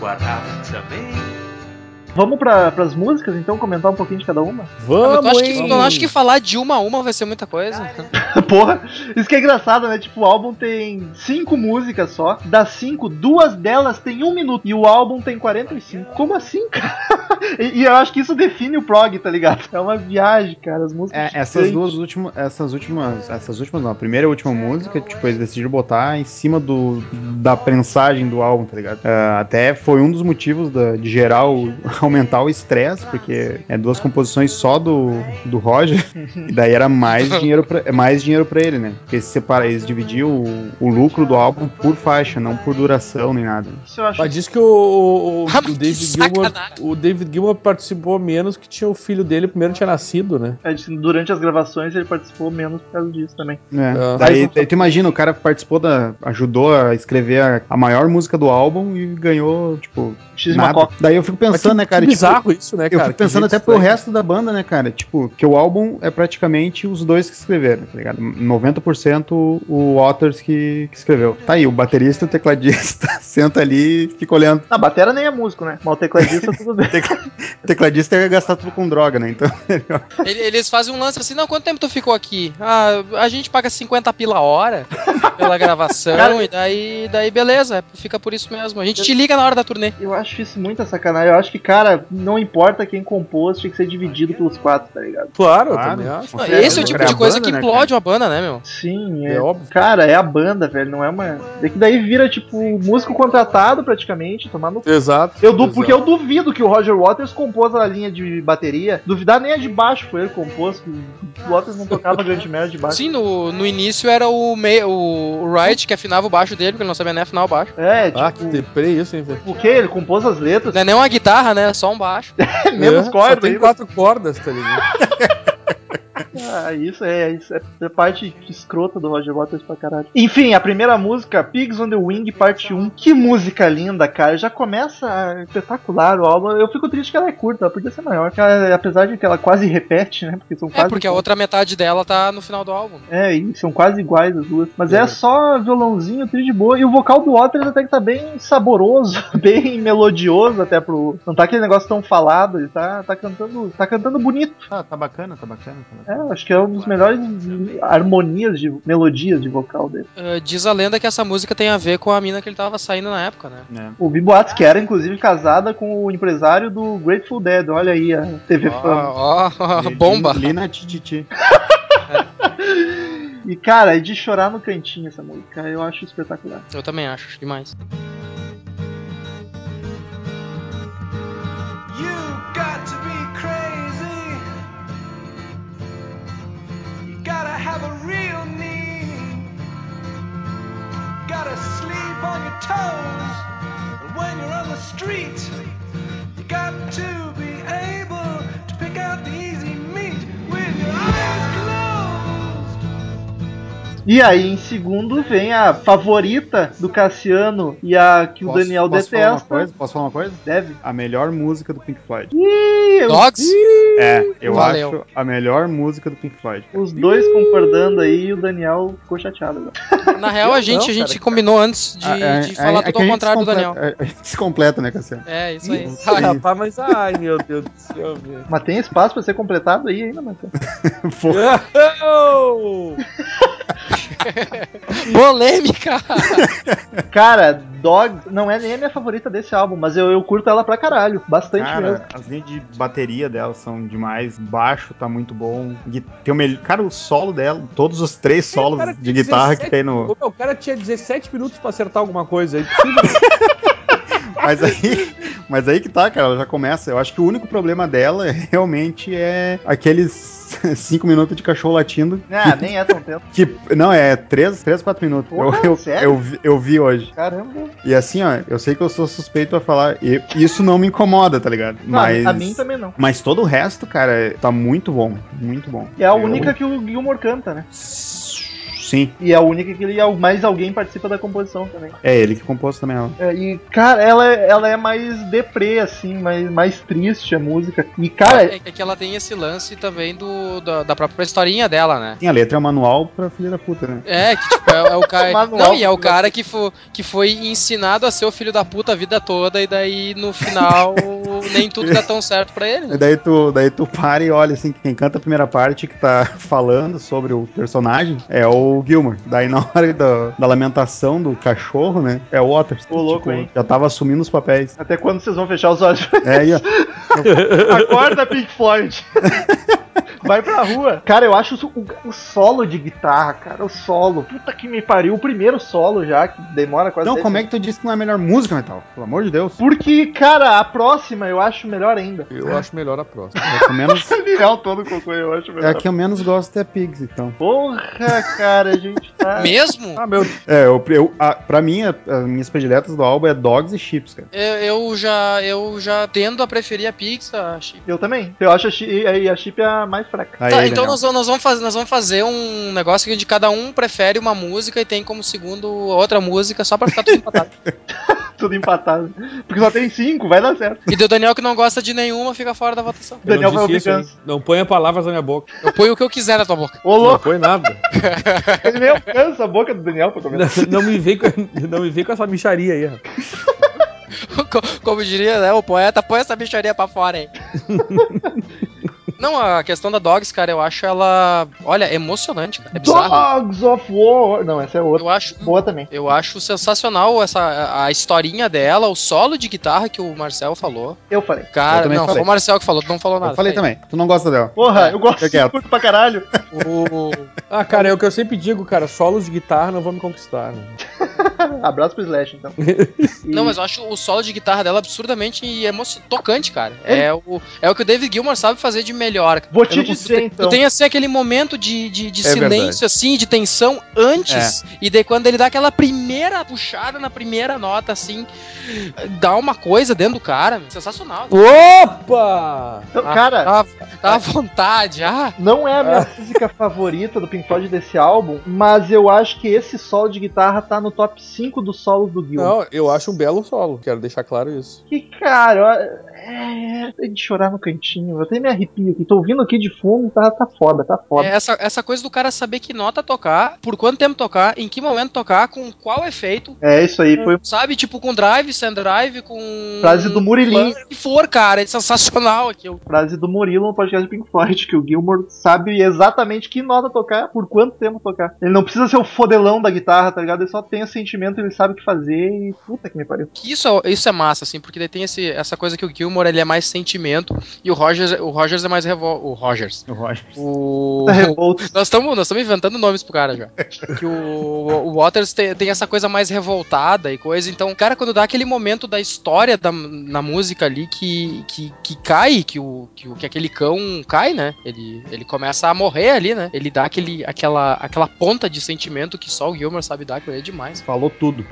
Speaker 1: what happened to me?
Speaker 3: Vamos pra, pras músicas, então, comentar um pouquinho de cada uma?
Speaker 5: Ah,
Speaker 4: Vamos,
Speaker 5: mas tu acha que,
Speaker 4: hein?
Speaker 5: tu acha que falar de uma a uma vai ser muita coisa?
Speaker 3: Porra, isso que é engraçado, né? Tipo, o álbum tem cinco músicas só. Das cinco, duas delas tem um minuto. E o álbum tem 45. Como assim, cara? E, e eu acho que isso define o prog, tá ligado? É uma viagem, cara. As músicas.
Speaker 6: É, essas
Speaker 3: gigantes.
Speaker 6: duas últimas. Essas últimas. Essas últimas não. A primeira e a última música, tipo, eles decidiram botar em cima do, da prensagem do álbum, tá ligado? Ah, até foi um dos motivos da- de geral aumentar o estresse, porque é duas composições só do, do Roger. E daí era mais dinheiro pra, mais dinheiro pra ele, né? Porque eles, separa, eles dividiam o, o lucro do álbum por faixa, não por duração nem nada. né?
Speaker 3: Isso eu acho.
Speaker 4: Mas Ah, diz que o, o, o-
Speaker 5: Ah,
Speaker 4: o
Speaker 5: que
Speaker 4: David Gilmour,
Speaker 5: sacanagem.
Speaker 4: o David Gilmour participou menos que tinha o filho dele primeiro tinha nascido, né?
Speaker 3: é, de- durante as gravações ele participou menos por causa disso também.
Speaker 6: É.
Speaker 4: Ah.
Speaker 6: Daí, daí tu imagina, o cara participou da. ajudou a escrever a, a maior música do álbum e ganhou, tipo,
Speaker 3: X de
Speaker 6: nada.
Speaker 3: Macoca.
Speaker 6: Daí eu fico
Speaker 4: Mas que-
Speaker 6: pensando, né, cara?
Speaker 4: que
Speaker 6: tipo,
Speaker 4: bizarro isso, né,
Speaker 6: eu
Speaker 4: cara?
Speaker 6: fico pensando até pro resto da banda, né, cara? Tipo, que o álbum é praticamente os dois que escreveram, tá ligado? 90% o Waters que, que escreveu. Tá aí, o baterista e o tecladista senta ali e fica olhando.
Speaker 3: Na batera nem é músico, né? Mal tecladista, tudo bem.
Speaker 6: O tecladista ia gastar tudo com droga, né? Então.
Speaker 5: Ele- Eles fazem um lance assim, não, quanto tempo tu ficou aqui? Ah, a gente paga 50 pila a hora pela gravação
Speaker 3: Cara,
Speaker 5: e daí, daí beleza, fica por isso mesmo. A gente te liga na hora da turnê.
Speaker 3: Eu acho isso muita sacanagem. Eu acho que, cara, não importa quem compôs, tinha que ser dividido pelos quatro, tá ligado?
Speaker 4: Claro,
Speaker 6: Claro.
Speaker 4: também acho.
Speaker 6: Nossa,
Speaker 5: Esse é o
Speaker 6: louco,
Speaker 5: tipo
Speaker 6: né?
Speaker 5: de
Speaker 6: A
Speaker 5: coisa
Speaker 6: banda,
Speaker 5: que
Speaker 6: né,
Speaker 5: implode uma banda, né, meu?
Speaker 3: Sim,
Speaker 4: É óbvio.
Speaker 3: Cara, é a banda, velho, não é uma. É que daí vira, tipo, músico contratado praticamente, tomar no.
Speaker 4: Exato.
Speaker 3: Eu du...
Speaker 4: exato.
Speaker 3: Porque eu duvido que é o Roger Waters compôs a linha de bateria. Duvidar nem é de baixo, foi ele que compôs. que O Waters não tocava grande merda de baixo.
Speaker 5: Sim, no, no início era o, mei- o, o Wright que afinava o baixo dele, porque ele não sabia nem afinar o baixo.
Speaker 3: É, tipo,
Speaker 4: Ah, que deprê isso, hein, velho?
Speaker 3: o que? Ele compôs as letras,
Speaker 5: Não é nem uma guitarra, né? É só um baixo.
Speaker 3: menos né?
Speaker 4: É, Só
Speaker 3: cordas.
Speaker 4: tem
Speaker 3: ainda.
Speaker 4: quatro cordas, tá ligado?
Speaker 3: Ah, isso é, isso é, é parte escrota do Roger Waters pra caralho. Enfim, a primeira música, Pigs on the Wing, parte 1. Que música linda, cara. Já começa a- espetacular o álbum. Eu fico triste que ela é curta, ela podia ser maior. que ela- apesar de que ela quase repete, né? Porque são
Speaker 5: É,
Speaker 3: quase.
Speaker 5: porque a outra metade dela tá no final do álbum.
Speaker 3: É, e são quase iguais as duas. Mas é,
Speaker 4: É.
Speaker 3: só violãozinho, tri de boa. E o vocal do Waters até que tá bem saboroso, bem melodioso até pro. Não tá aquele negócio tão falado, ele tá, tá cantando. Tá cantando bonito.
Speaker 6: Tá, tá bacana, tá bacana. Tá bacana.
Speaker 3: É, acho que é um dos melhores harmonias de melodias de vocal dele.
Speaker 5: Ah, diz a lenda que essa música tem a ver com a mina que ele tava saindo na época, né?
Speaker 3: Ouvi boatos que era, inclusive, casada com o empresário do Grateful Dead. Olha aí a TV fama.
Speaker 5: Ó, ó, É bomba.
Speaker 6: Lina Tititi.
Speaker 3: E, cara, é de chorar no cantinho essa música. Eu acho espetacular.
Speaker 5: Eu também acho, acho demais.
Speaker 1: You got to be crazy. You gotta have a real need. Gotta sleep on your toes. And when you're on the street, you got to be able to pick out the easy meat with your eyes closed.
Speaker 3: E aí, em segundo, vem a favorita do Cassiano e a que o
Speaker 6: Posso-
Speaker 3: Daniel
Speaker 6: posso falar uma
Speaker 3: detesta.
Speaker 6: coisa? Posso falar uma coisa?
Speaker 3: Deve.
Speaker 6: A melhor música do Pink Floyd.
Speaker 3: Ih, eu-
Speaker 5: Dogs?
Speaker 6: É, eu
Speaker 5: Valeu.
Speaker 6: acho a melhor música do Pink Floyd.
Speaker 3: os dois concordando aí e o Daniel ficou chateado. agora.
Speaker 5: Na real, a
Speaker 4: Eu
Speaker 5: gente,
Speaker 4: não,
Speaker 5: a gente
Speaker 4: cara.
Speaker 5: combinou antes de,
Speaker 6: Ah, é,
Speaker 5: de
Speaker 6: é,
Speaker 5: falar
Speaker 6: é que
Speaker 5: tudo
Speaker 6: a
Speaker 5: ao
Speaker 6: gente
Speaker 5: contrário
Speaker 6: se
Speaker 5: do Daniel.
Speaker 6: completa- é, A gente se completa, né, Cassiano?
Speaker 5: É, isso aí.
Speaker 6: Isso.
Speaker 5: Ah,
Speaker 6: Sim.
Speaker 4: Rapaz, mas ai, meu Deus do céu, velho.
Speaker 3: Mas tem espaço pra ser completado aí ainda, Matheus.
Speaker 6: Pô,
Speaker 5: Polêmica!
Speaker 3: Cara, Dog não é nem a minha favorita desse álbum, mas eu, eu curto ela pra caralho. Bastante mesmo.
Speaker 6: Cara, as linhas de bateria dela são demais. Baixo tá muito bom. Gui- Tem o melhor. Cara, o solo dela, todos os três solos
Speaker 4: cara,
Speaker 6: de guitarra
Speaker 4: 17
Speaker 6: que tem no.
Speaker 4: Ô, meu, o cara tinha 17 minutos pra acertar alguma coisa. É impossível.
Speaker 6: Mas aí, mas aí que tá, cara, ela já começa. Eu acho que o único problema dela realmente é aqueles cinco minutos de cachorro latindo.
Speaker 3: Ah, nem é tão tempo.
Speaker 6: Que, não, é três, três quatro minutos.
Speaker 3: Porra,
Speaker 6: eu, eu,
Speaker 3: sério?
Speaker 6: eu, vi- eu vi hoje.
Speaker 3: Caramba.
Speaker 6: E assim, ó, eu sei que eu sou suspeito a falar. E isso não me incomoda, tá ligado?
Speaker 3: Não,
Speaker 6: mas.
Speaker 3: A mim também não.
Speaker 6: Mas todo o resto, cara, tá muito bom. Muito bom.
Speaker 3: E é a
Speaker 6: Eu-
Speaker 3: única que o Gilmore canta, né?
Speaker 6: Sim,
Speaker 3: E é a única que ele, mais alguém participa da composição também.
Speaker 6: é ele que compôs também ela.
Speaker 3: É, e, cara, ela, ela é mais deprê, assim, mais, mais triste a música. E, cara,
Speaker 5: É, é que ela tem esse lance também do, da, da própria historinha dela, né?
Speaker 6: Sim, a letra é um manual pra filha da puta, né?
Speaker 5: É, que tipo, é, é o cara.
Speaker 3: Manual
Speaker 5: não, e é o
Speaker 3: filho da
Speaker 5: cara que, fo, que foi ensinado a ser o filho da puta a vida toda, e daí no final nem tudo dá tão certo pra ele. né?
Speaker 6: E daí tu, daí tu para e olha assim, quem canta a primeira parte que tá falando sobre o personagem é o Gilmore. Daí na hora da, da lamentação do cachorro, né? É o Waters.
Speaker 3: Ô, louco, hein?
Speaker 6: Já tava assumindo os papéis.
Speaker 3: até quando vocês vão fechar os olhos?
Speaker 6: É, aí, ó.
Speaker 3: Acorda, Pink Floyd! Vai pra rua. Cara, eu acho o, o solo de guitarra, cara, o solo. Puta que me pariu. O primeiro solo já, que demora quase.
Speaker 6: Então, como é que tu disse que não é a melhor música, Metal? Pelo amor de Deus.
Speaker 3: Porque, cara, a próxima eu acho melhor ainda.
Speaker 4: Eu acho melhor a próxima.
Speaker 6: É a que eu menos,
Speaker 3: Viral todo cocô, eu acho
Speaker 6: é a que eu menos gosto é Pigs, então.
Speaker 3: Porra, cara, a gente tá.
Speaker 5: né? Mesmo?
Speaker 4: Ah, meu,
Speaker 6: É, eu, eu, a, pra mim, a- as minhas prediletas do álbum é Dogs e Chips, cara.
Speaker 5: Eu, eu já eu já tendo a preferir a Pixar. acho.
Speaker 3: Eu também. Eu acho a Chip, a, Chip é a mais fraca.
Speaker 6: Aí,
Speaker 5: Tá,
Speaker 6: aí,
Speaker 5: então
Speaker 6: Daniel.
Speaker 5: nós, vamos- nós vamos fazer, nós vamos fazer um negócio que onde cada um prefere uma música e tem como segundo outra música só pra ficar tudo empatado.
Speaker 3: Tudo empatado. Porque só tem cinco, vai dar certo.
Speaker 5: E do Daniel que não gosta de nenhuma fica fora da votação.
Speaker 4: eu
Speaker 3: Daniel
Speaker 4: não
Speaker 3: vai
Speaker 4: disse isso,
Speaker 3: obrigando.
Speaker 4: hein? Não ponha palavras na minha boca.
Speaker 5: Eu ponho o que eu quiser na tua boca.
Speaker 3: Ô,
Speaker 4: Não
Speaker 3: louco,
Speaker 4: põe nada.
Speaker 3: ele nem alcança a boca do Daniel pra começar.
Speaker 4: Não, não me vem com, não me vem com essa bicharia aí. rapaz.
Speaker 5: Co- Como diria né, o poeta, põe essa bicharia pra fora, hein? Não, a questão da Dogs, cara, eu acho ela. Olha, emocionante, cara. É bizarro.
Speaker 3: Dogs of War. Não, essa é outra.
Speaker 5: Eu acho.
Speaker 3: Boa também.
Speaker 5: Eu acho sensacional essa a- a historinha dela, o solo de guitarra que o Marcel falou.
Speaker 3: Eu falei.
Speaker 5: Cara,
Speaker 6: Eu também
Speaker 5: não,
Speaker 6: falei.
Speaker 5: foi o Marcel que falou, tu não falou nada.
Speaker 6: Eu falei
Speaker 5: Tá
Speaker 6: também. Tu não gosta dela.
Speaker 3: Porra, eu gosto
Speaker 6: Fica
Speaker 3: de
Speaker 6: quieto.
Speaker 3: curto pra caralho.
Speaker 5: aí. O-
Speaker 4: Ah, cara, é o que eu sempre digo, cara. Solos de guitarra não vão me conquistar. Né?
Speaker 3: Abraço pro Slash, então.
Speaker 5: Não, mas eu acho o solo de guitarra dela absurdamente emoci- tocante, cara. É o, é o que o David Gilmour sabe fazer de melhor. cara.
Speaker 3: Vou te
Speaker 5: Eu não-
Speaker 3: dizer,
Speaker 5: tu,
Speaker 3: então.
Speaker 5: Tu tem assim aquele momento de, de, de
Speaker 4: É
Speaker 5: silêncio,
Speaker 4: verdade.
Speaker 5: assim, de tensão antes. E daí quando ele dá aquela primeira puxada na primeira nota, assim, dá uma coisa dentro do cara. meu, Sensacional.
Speaker 4: Opa!
Speaker 3: Então, cara,
Speaker 5: Dá, dá à vontade, ah.
Speaker 3: Não é a minha música favorita do Pink Floyd desse álbum, mas eu acho que esse solo de guitarra tá no top 5 do solo do Gilmour.
Speaker 4: Não, eu acho um belo solo. Quero deixar claro isso.
Speaker 3: Que cara, eu- é, tem de chorar no cantinho, eu até me arrepio aqui, tô ouvindo aqui de fundo, tá, tá foda, tá
Speaker 5: É
Speaker 3: foda.
Speaker 5: Essa, essa coisa do cara saber que nota tocar, por quanto tempo tocar, em que momento tocar, com qual efeito,
Speaker 3: É, isso aí, foi
Speaker 5: sabe? Tipo, com drive, sem drive, com.
Speaker 3: frase do Murilinho,
Speaker 5: O que for, cara, é sensacional aquilo.
Speaker 3: frase do Murilo no podcast do Pink Floyd, que o Gilmour sabe exatamente que nota tocar, por quanto tempo tocar. Ele não precisa ser o fodelão da guitarra, tá ligado? Ele só tem o sentimento, ele sabe o que fazer e puta que me pariu.
Speaker 5: que isso é, isso é massa, assim, porque daí tem esse, essa coisa que o Gilmore ele é mais sentimento e o Rogers, o Rogers é mais revol... O Rogers.
Speaker 6: Eu acho.
Speaker 5: O...
Speaker 3: Tá revolto.
Speaker 5: Nós estamos nós tamo inventando nomes pro cara já. Que o, o Waters tem, tem essa coisa mais revoltada e coisa. Então, cara, quando dá aquele momento da história da, na música ali que, que, que cai, que, o, que, o, que aquele cão cai, né? Ele, ele começa a morrer ali, né? Ele dá aquele, aquela, aquela ponta de sentimento que só o Gilmore sabe dar, que é demais.
Speaker 6: Falou tudo.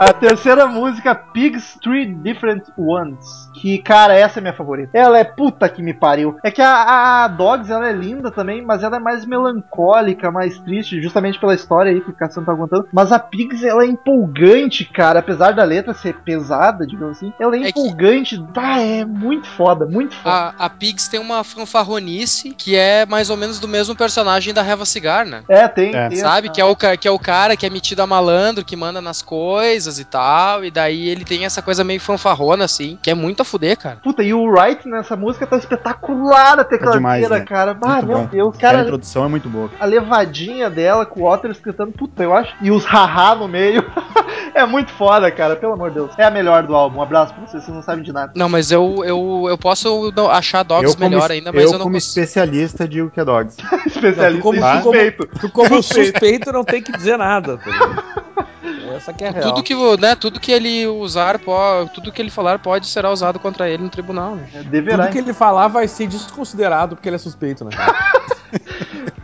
Speaker 3: A terceira música, Pigs Three Different Ones. Que, cara, essa é minha favorita. Ela é puta que me pariu. É que a, a Dogs, ela é linda também, mas ela é mais melancólica, mais triste, justamente pela história aí que o Cassiano tá contando. Mas a Pigs, ela é empolgante, cara. Apesar da letra ser pesada, digamos assim, ela é,
Speaker 5: É que- Ah,
Speaker 3: empolgante. Ah, é muito foda, muito foda.
Speaker 5: A, a Pigs tem uma fanfarronice que é mais ou menos do mesmo personagem da Reva Cigar, né?
Speaker 3: É, tem.
Speaker 6: É.
Speaker 3: tem
Speaker 5: Sabe?
Speaker 3: essa-
Speaker 5: Que é, o, ca- que é o cara que é metido a malandro, que manda nas coisas e tal. E daí ele tem essa coisa meio fanfarrona, assim, que é muito a fuder, cara.
Speaker 3: Puta, e o Wright nessa música tá espetacular a tecladeira,
Speaker 6: demais, né?
Speaker 3: cara. Ah,
Speaker 6: Muito
Speaker 3: meu
Speaker 6: bom.
Speaker 3: Deus.
Speaker 6: Cara, a
Speaker 3: Cara,
Speaker 6: introdução é muito boa.
Speaker 3: a levadinha dela com o Waters cantando, puta, eu acho. E os haha no meio. é muito foda, cara, pelo amor de Deus. É a melhor do álbum. Um abraço pra vocês, vocês não sabem de nada.
Speaker 5: Não, mas eu, eu, eu posso não- achar Dogs
Speaker 6: como
Speaker 5: melhor
Speaker 6: es-
Speaker 5: ainda, mas eu,
Speaker 6: eu
Speaker 5: não
Speaker 6: como
Speaker 5: consigo.
Speaker 6: especialista digo que é Dogs.
Speaker 3: Especialista
Speaker 4: Como-
Speaker 3: em
Speaker 4: como-
Speaker 3: é suspeito.
Speaker 4: Tu, como suspeito, não tem que dizer nada. tá ligado? Essa que é a real.
Speaker 5: Tudo que, vo- né, tudo que ele usar, po- tudo que ele falar pode será usado contra ele no tribunal, né?
Speaker 3: É,
Speaker 4: Tudo
Speaker 3: deverá.
Speaker 4: que ele falar vai ser desconsiderado porque ele é suspeito, né? cara?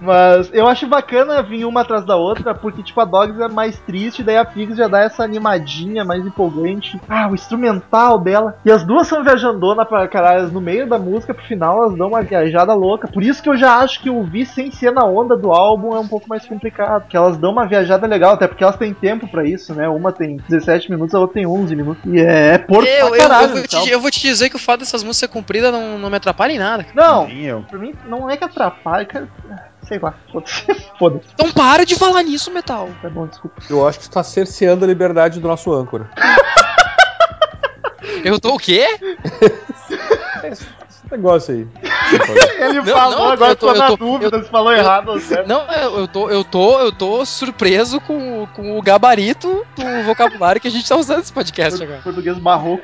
Speaker 3: Mas eu acho bacana vir uma atrás da outra, porque tipo a Dogs é mais triste, daí a Pigs já dá essa animadinha mais empolgante. Ah, o instrumental dela. E as duas são viajandona pra caralho, no meio da música, pro final elas dão uma viajada louca. Por isso que eu já acho que ouvir sem ser na onda do álbum é um pouco mais complicado, porque elas dão uma viajada legal, até porque elas têm tempo pra isso, né? Uma tem 17 minutos, a outra tem 11 minutos. E é, é porco
Speaker 5: Eu,
Speaker 3: pra
Speaker 5: eu- eu
Speaker 3: caralho. então.
Speaker 5: vou
Speaker 3: esse álbum.
Speaker 5: te, eu vou te dizer que o fato dessas músicas ser cumpridas não, não me atrapalha em nada.
Speaker 3: Não,
Speaker 6: Nem eu.
Speaker 3: pra mim não é que atrapalha, cara. Sei lá, foda-se. Foda-se,
Speaker 5: Então para de falar nisso, Metal.
Speaker 3: tá bom, desculpa.
Speaker 4: Eu acho que tu tá cerceando a liberdade do nosso âncora.
Speaker 5: Eu tô o quê?
Speaker 4: Esse, esse negócio aí.
Speaker 3: Ele
Speaker 5: Não,
Speaker 3: falou,
Speaker 5: não,
Speaker 3: agora
Speaker 5: eu tô-
Speaker 3: tô,
Speaker 5: eu
Speaker 3: na
Speaker 5: tô-
Speaker 3: dúvida se falou errado ou certo.
Speaker 5: Não, é, eu eu tô, eu tô, eu tô surpreso com, o- com o gabarito do vocabulário que a gente tá usando nesse podcast agora.
Speaker 3: Português barroco.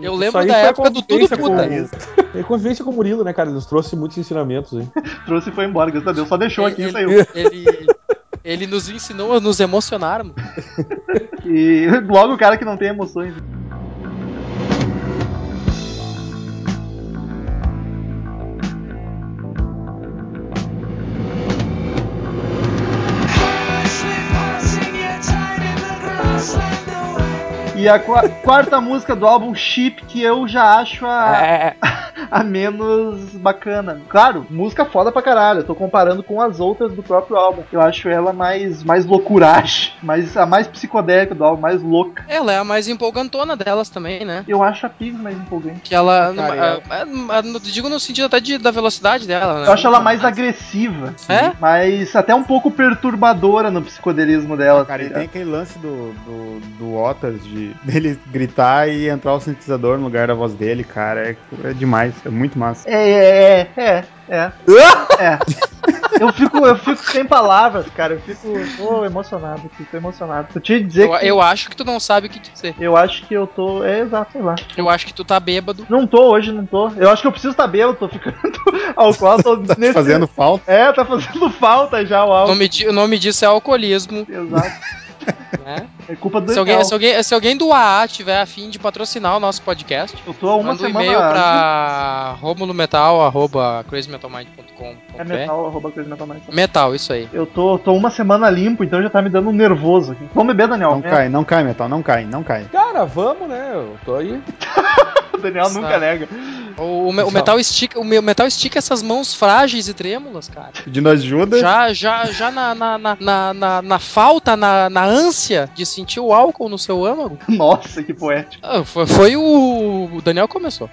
Speaker 5: Eu
Speaker 4: Isso
Speaker 5: lembro
Speaker 4: aí
Speaker 5: da
Speaker 4: foi a
Speaker 5: época do tudo
Speaker 4: convivência
Speaker 5: puta.
Speaker 4: Com... É convivência com o Murilo, né, cara? Ele nos trouxe muitos ensinamentos, hein?
Speaker 3: Trouxe e foi embora, graças a Deus. Só deixou aqui e
Speaker 5: ele,
Speaker 3: saiu.
Speaker 5: ele, ele nos ensinou a nos emocionarmos.
Speaker 3: E logo o cara que não tem emoções. E a qua- quarta música do álbum Chip, que eu já acho
Speaker 5: É.
Speaker 3: a, a menos bacana. Claro, música foda pra caralho. Eu tô comparando com as outras do próprio álbum. Eu acho ela mais, mais loucuragem, mais, a mais psicodélica do álbum, mais louca.
Speaker 5: Ela é a mais empolgantona delas também, né?
Speaker 3: Eu acho a Pigs mais empolgante.
Speaker 5: Que ela.
Speaker 4: Cara,
Speaker 5: a- a- a- digo no sentido até de, da velocidade dela, né?
Speaker 3: Eu acho ela mais agressiva,
Speaker 5: É?
Speaker 3: mas até um pouco perturbadora no psicodelismo dela. assim.
Speaker 6: Cara, e tem aquele lance do, do, do Waters de dele gritar e entrar o sintetizador no lugar da voz dele, cara. É, é demais, é muito massa.
Speaker 3: É, é, é, é, é.
Speaker 5: Ah!
Speaker 3: é. Eu fico, eu fico sem palavras, cara. Eu fico tô emocionado aqui, tô emocionado. Eu tinha que dizer
Speaker 5: Eu,
Speaker 3: que eu,
Speaker 5: eu acho que tu não sabe o que dizer.
Speaker 3: acho que eu tô. É exato, sei lá.
Speaker 5: Eu acho que tu tá bêbado.
Speaker 3: Não tô hoje, não tô. Eu acho que eu preciso saber, eu tô ficando alcoólatra. tô
Speaker 6: Tá
Speaker 3: nesse-
Speaker 6: fazendo falta.
Speaker 3: É, tá fazendo falta já o
Speaker 5: O
Speaker 3: álcool.
Speaker 5: nome, di- o nome disso é alcoolismo,
Speaker 3: Exato.
Speaker 5: né?
Speaker 3: É culpa do
Speaker 5: Se alguém,
Speaker 3: Daniel.
Speaker 5: se, alguém, se alguém do AA tiver afim de patrocinar o nosso podcast,
Speaker 3: Eu tô há uma
Speaker 5: manda um
Speaker 3: semana.
Speaker 5: e-mail pra romulometal.crazymetalmind.com.br
Speaker 3: É metal, arroba coisa metal mais.
Speaker 5: Metal, isso aí.
Speaker 3: Eu tô, tô uma semana limpo, então já tá me dando um nervoso aqui. Vamos beber, Daniel.
Speaker 6: Não cai, não cai, Metal, não cai, não cai.
Speaker 4: Cara, vamos, né? Eu tô aí.
Speaker 3: O Daniel
Speaker 5: Sabe.
Speaker 3: nunca nega.
Speaker 5: O, o me- o
Speaker 4: Não.
Speaker 5: metal estica, o me- o metal estica essas mãos frágeis e trêmulas, cara.
Speaker 6: Pedindo ajuda.
Speaker 5: Já, já, já na, na, na, na, na- na falta, na, na ânsia de sentir o álcool no seu âmago.
Speaker 3: Nossa, que poético.
Speaker 5: Ah, foi, foi o. O Daniel começou.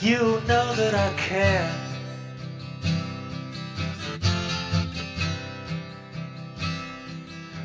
Speaker 1: You know that I care.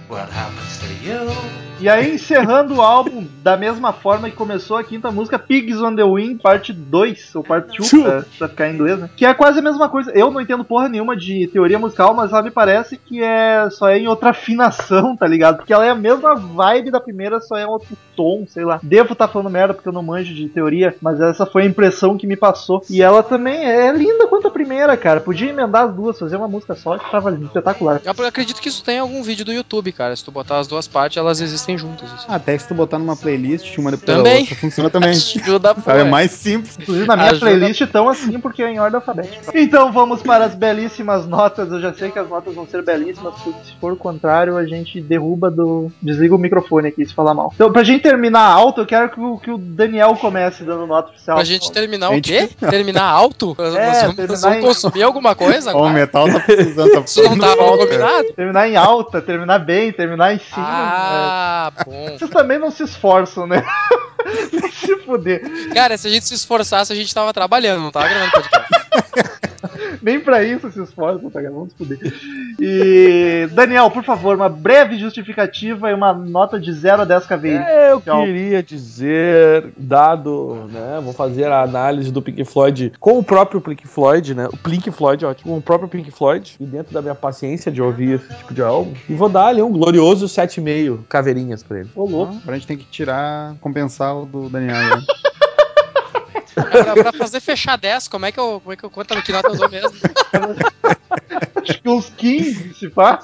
Speaker 1: What happens to you?
Speaker 3: E aí, encerrando o álbum da mesma forma que começou a quinta música, Pigs on the Wind, parte 2, ou parte 1,
Speaker 4: Two.
Speaker 3: pra, pra ficar em inglês, né? Que é quase a mesma coisa. Eu não entendo porra nenhuma de teoria musical, mas ela me parece que é só é em outra afinação, tá ligado? Porque ela é a mesma vibe da primeira, só é outro tom, sei lá. Devo estar falando merda porque eu não manjo de teoria, mas essa foi a impressão que me passou. E ela também é linda quanto a primeira, cara. Podia emendar as duas, fazer uma música só, que tava espetacular.
Speaker 5: Eu acredito que isso tem em algum vídeo do YouTube, cara. Se tu botar juntar as duas partes, elas existem juntas. assim.
Speaker 6: Até se tu botar numa playlist, uma depois
Speaker 5: Também.
Speaker 6: da outra, funciona também.
Speaker 5: Ajuda, pô.
Speaker 6: Sabe, é mais simples.
Speaker 3: Inclusive na minha
Speaker 5: Ajuda-
Speaker 3: playlist tão assim porque é em ordem alfabética. Então vamos para as belíssimas notas. Eu já sei que as notas vão ser belíssimas, porque se for o contrário, a gente derruba do. Desliga o microfone aqui se falar mal. Então, pra gente terminar alto, eu quero que o, que o Daniel comece dando nota oficial.
Speaker 5: Pra gente terminar
Speaker 6: Gente,
Speaker 5: o quê? Terminar alto? Nós,
Speaker 3: É,
Speaker 5: nós vamos,
Speaker 3: terminar
Speaker 5: nós vamos
Speaker 3: em-
Speaker 5: consumir alguma coisa
Speaker 6: Ó, o
Speaker 5: agora?
Speaker 6: metal tá precisando. Tá
Speaker 5: Isso não
Speaker 6: precisando
Speaker 5: tava
Speaker 6: falta.
Speaker 5: combinado?
Speaker 3: Terminar em alta, terminar bem, terminar em cima. né?
Speaker 5: Ah, bom.
Speaker 3: Vocês também não se esforçam, né? se fuder.
Speaker 5: Cara, se a gente se esforçasse, a gente tava trabalhando, não tava gravando podcast.
Speaker 3: Nem pra isso se esforçam, tá? galera? Vamos se fuder. E. Daniel, por favor, uma breve justificativa e uma nota de 0 a 10 caveiras.
Speaker 4: É, Eu
Speaker 3: Tchau.
Speaker 4: queria dizer, dado, né? Vou fazer a análise do Pink Floyd com o próprio Pink Floyd, né? O Pink Floyd, ótimo, com o próprio Pink Floyd, e dentro da minha paciência de ouvir esse tipo de álbum. E vou dar ali um glorioso 7,5 caveirinhas pra ele.
Speaker 3: Ô, louco.
Speaker 6: Agora a gente tem que tirar, compensar o do Daniel. né?
Speaker 5: Pra, pra fazer fechar 10, como é que eu, como é que eu conto que nota eu dou mesmo?
Speaker 3: Acho que uns 15, se pá.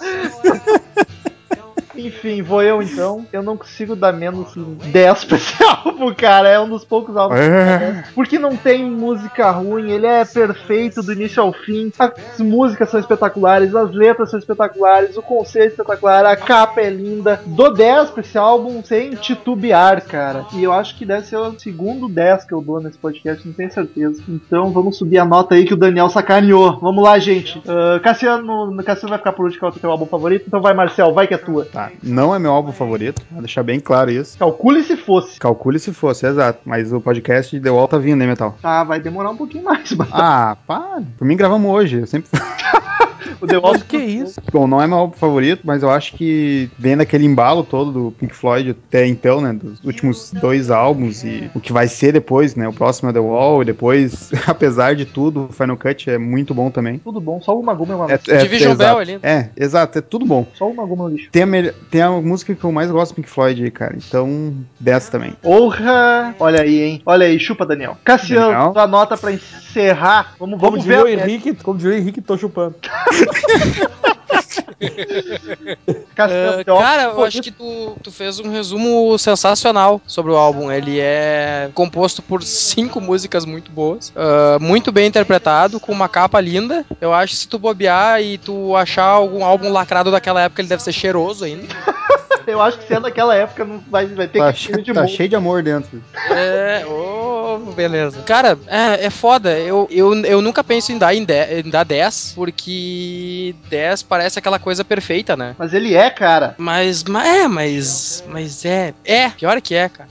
Speaker 3: Enfim, vou eu então. Eu não consigo dar menos que 10 pra esse álbum, cara. É um dos poucos álbuns.
Speaker 6: É.
Speaker 3: Porque não tem música ruim, ele é perfeito do início ao fim. As músicas são espetaculares, as letras são espetaculares, o conceito é espetacular, a capa é linda. Dou 10 pra esse álbum sem titubear, cara. E eu acho que deve ser o segundo 10 que eu dou nesse podcast, não tenho certeza. Então vamos subir a nota aí que o Daniel sacaneou. Vamos lá, gente. Ah, Cassiano, Cassiano vai ficar por último, que é o teu álbum favorito. Então vai, Marcel, vai que é tua.
Speaker 6: Tá, não é meu álbum favorito, vou deixar bem claro isso.
Speaker 3: Calcule se fosse.
Speaker 6: Calcule se fosse, é exato. Mas o podcast de The Wall tá vindo, né, Metal?
Speaker 3: Ah, vai demorar um pouquinho mais, mas
Speaker 6: Ah, para. Por mim gravamos hoje. Eu sempre...
Speaker 3: o The Wall
Speaker 4: Mas que isso?
Speaker 6: Bom, não é meu álbum favorito, mas eu acho que vendo aquele embalo todo do Pink Floyd até então, né? Dos últimos dois álbuns e o que vai ser depois, né? O próximo é The Wall e depois, apesar de tudo, o Final Cut é muito bom também.
Speaker 3: tudo bom, só uma goma é uma
Speaker 6: É, é,
Speaker 5: Division
Speaker 6: é,
Speaker 5: Bell
Speaker 6: exato.
Speaker 5: ali. né?
Speaker 6: É, exato, é tudo bom.
Speaker 3: Só uma goma no lixo.
Speaker 6: Tem a, melhor- tem a música que eu mais gosto do Pink Floyd aí, cara. Então, dessa também.
Speaker 3: Porra! Olha aí, hein? Olha aí, chupa, Daniel. Cassiano,
Speaker 6: Daniel.
Speaker 3: tua nota pra encerrar. Vamos,
Speaker 4: Como
Speaker 3: vamos
Speaker 4: diria
Speaker 3: ver.
Speaker 4: o Henrique, como diria o Henrique, tô chupando.
Speaker 3: Cassiano,
Speaker 5: Ah,
Speaker 3: teu álbum
Speaker 5: cara, eu
Speaker 3: favorito.
Speaker 5: acho que tu, tu fez um resumo sensacional sobre o álbum. Ele é composto por cinco músicas muito boas, ah, muito bem interpretado, com uma capa linda. Eu acho que se tu bobear e tu achar algum álbum lacrado daquela época, ele deve ser cheiroso ainda.
Speaker 3: Eu acho que se é daquela época, não vai, vai ter
Speaker 6: Tá,
Speaker 3: que
Speaker 6: che-
Speaker 3: ter de
Speaker 6: tá
Speaker 3: bom.
Speaker 6: cheio de amor dentro.
Speaker 5: É, ô, beleza. Cara, é, é foda. Eu, eu, eu nunca penso em dar, em, de, em dar 10, porque 10 parece aquela coisa perfeita, né?
Speaker 3: Mas ele é, cara.
Speaker 5: Mas, mas é, mas, mas é, é, pior que é, cara.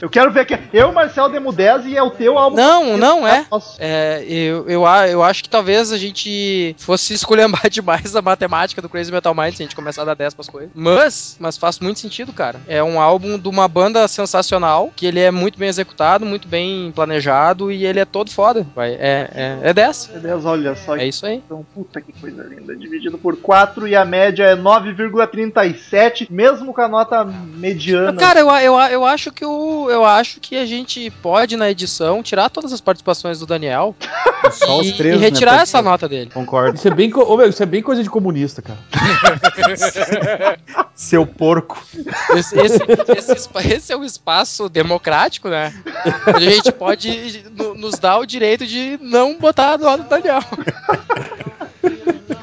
Speaker 3: Eu quero ver que eu, Marcel, demo 10 e é o teu álbum.
Speaker 5: Não, não é.
Speaker 3: Nossa.
Speaker 5: É, eu, eu, a- eu acho que talvez a gente fosse esculhambar demais a matemática do Crazy Metal Mind se a gente começar a dar 10 pras coisas. Mas, mas faz muito sentido, cara. É um álbum de uma banda sensacional, que ele é muito bem executado, muito bem planejado e ele é todo foda. Vai, é, é, é 10.
Speaker 3: Meu Deus, olha só.
Speaker 5: É isso aí.
Speaker 3: Então, puta que coisa linda. Dividido por 4 e a média é 9,37, mesmo com a nota mediana.
Speaker 5: Cara, eu, eu, eu acho que o, eu acho que a gente pode, na edição, tirar todas as participações do Daniel
Speaker 6: Só
Speaker 5: e,
Speaker 6: os três,
Speaker 5: e
Speaker 6: né,
Speaker 5: retirar
Speaker 6: pode-
Speaker 5: essa nota dele.
Speaker 6: Concordo.
Speaker 4: Isso é bem, co- ô, meu, isso é bem coisa de comunista, cara.
Speaker 6: Seu porco.
Speaker 5: Esse, esse- esse espa- esse é um espaço democrático, né? A gente pode no- nos dar o direito de não botar a nota do Daniel.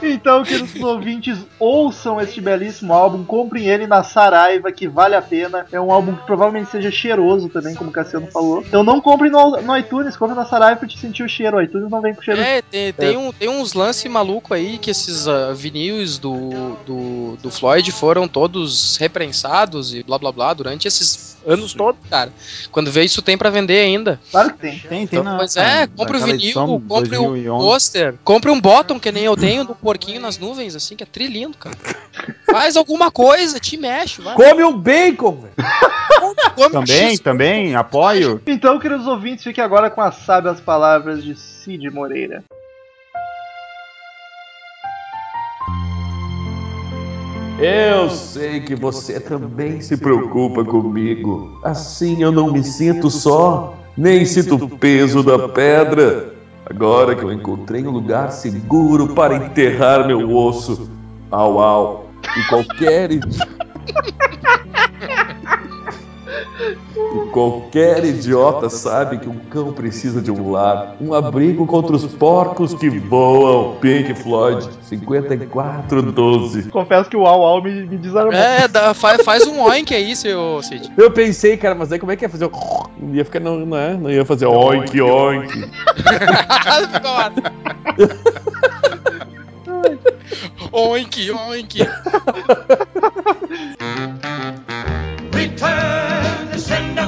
Speaker 3: Então, queridos ouvintes, ouçam este belíssimo álbum, comprem ele na Saraiva, que vale a pena. É um álbum que provavelmente seja cheiroso também, como o Cassiano falou. Então não compre no, no iTunes, compre na Saraiva pra te sentir o cheiro. O iTunes não vem com cheiro.
Speaker 5: É, tem, tem um- tem uns lance maluco aí que esses ah, vinis do, do, do Floyd foram todos reprensados e blá blá blá durante esses anos todos, cara. Quando vê isso tem pra vender ainda.
Speaker 3: Claro que tem.
Speaker 6: Tem, tem
Speaker 5: Então,
Speaker 6: na.
Speaker 5: pois é, compre o
Speaker 6: naquela
Speaker 5: vinil,
Speaker 6: edição
Speaker 5: compre o
Speaker 6: 2011.
Speaker 5: Pôster. Compre um bottom que nem eu tenho do porquinho nas nuvens, assim, que é trilindo, cara. Faz alguma coisa, te mexe, vai.
Speaker 4: Come um bacon, velho.
Speaker 5: Come
Speaker 6: Também,
Speaker 5: X.
Speaker 6: também, apoio.
Speaker 3: Então, queridos ouvintes, fiquem agora com as sábias palavras de Cid Moreira.
Speaker 4: Eu sei que você também se preocupa comigo. Assim eu não me sinto só, nem sinto o peso da pedra. Agora que eu encontrei um lugar seguro para enterrar meu osso. Au au. E qualquer. Qualquer idiota sabe que um cão precisa de um lar, um abrigo contra os porcos que voam. Pink Floyd, 5412.
Speaker 3: Confesso que o Au Au me, me desarmou.
Speaker 5: É, dá- fa- faz um oink aí, seu Cid.
Speaker 4: Eu pensei, cara, mas aí como é que ia fazer? o- Não ia ficar, não, não, é? não ia fazer oink, oink.
Speaker 5: Ficou ótimo. oink, oink.
Speaker 1: Return to sender.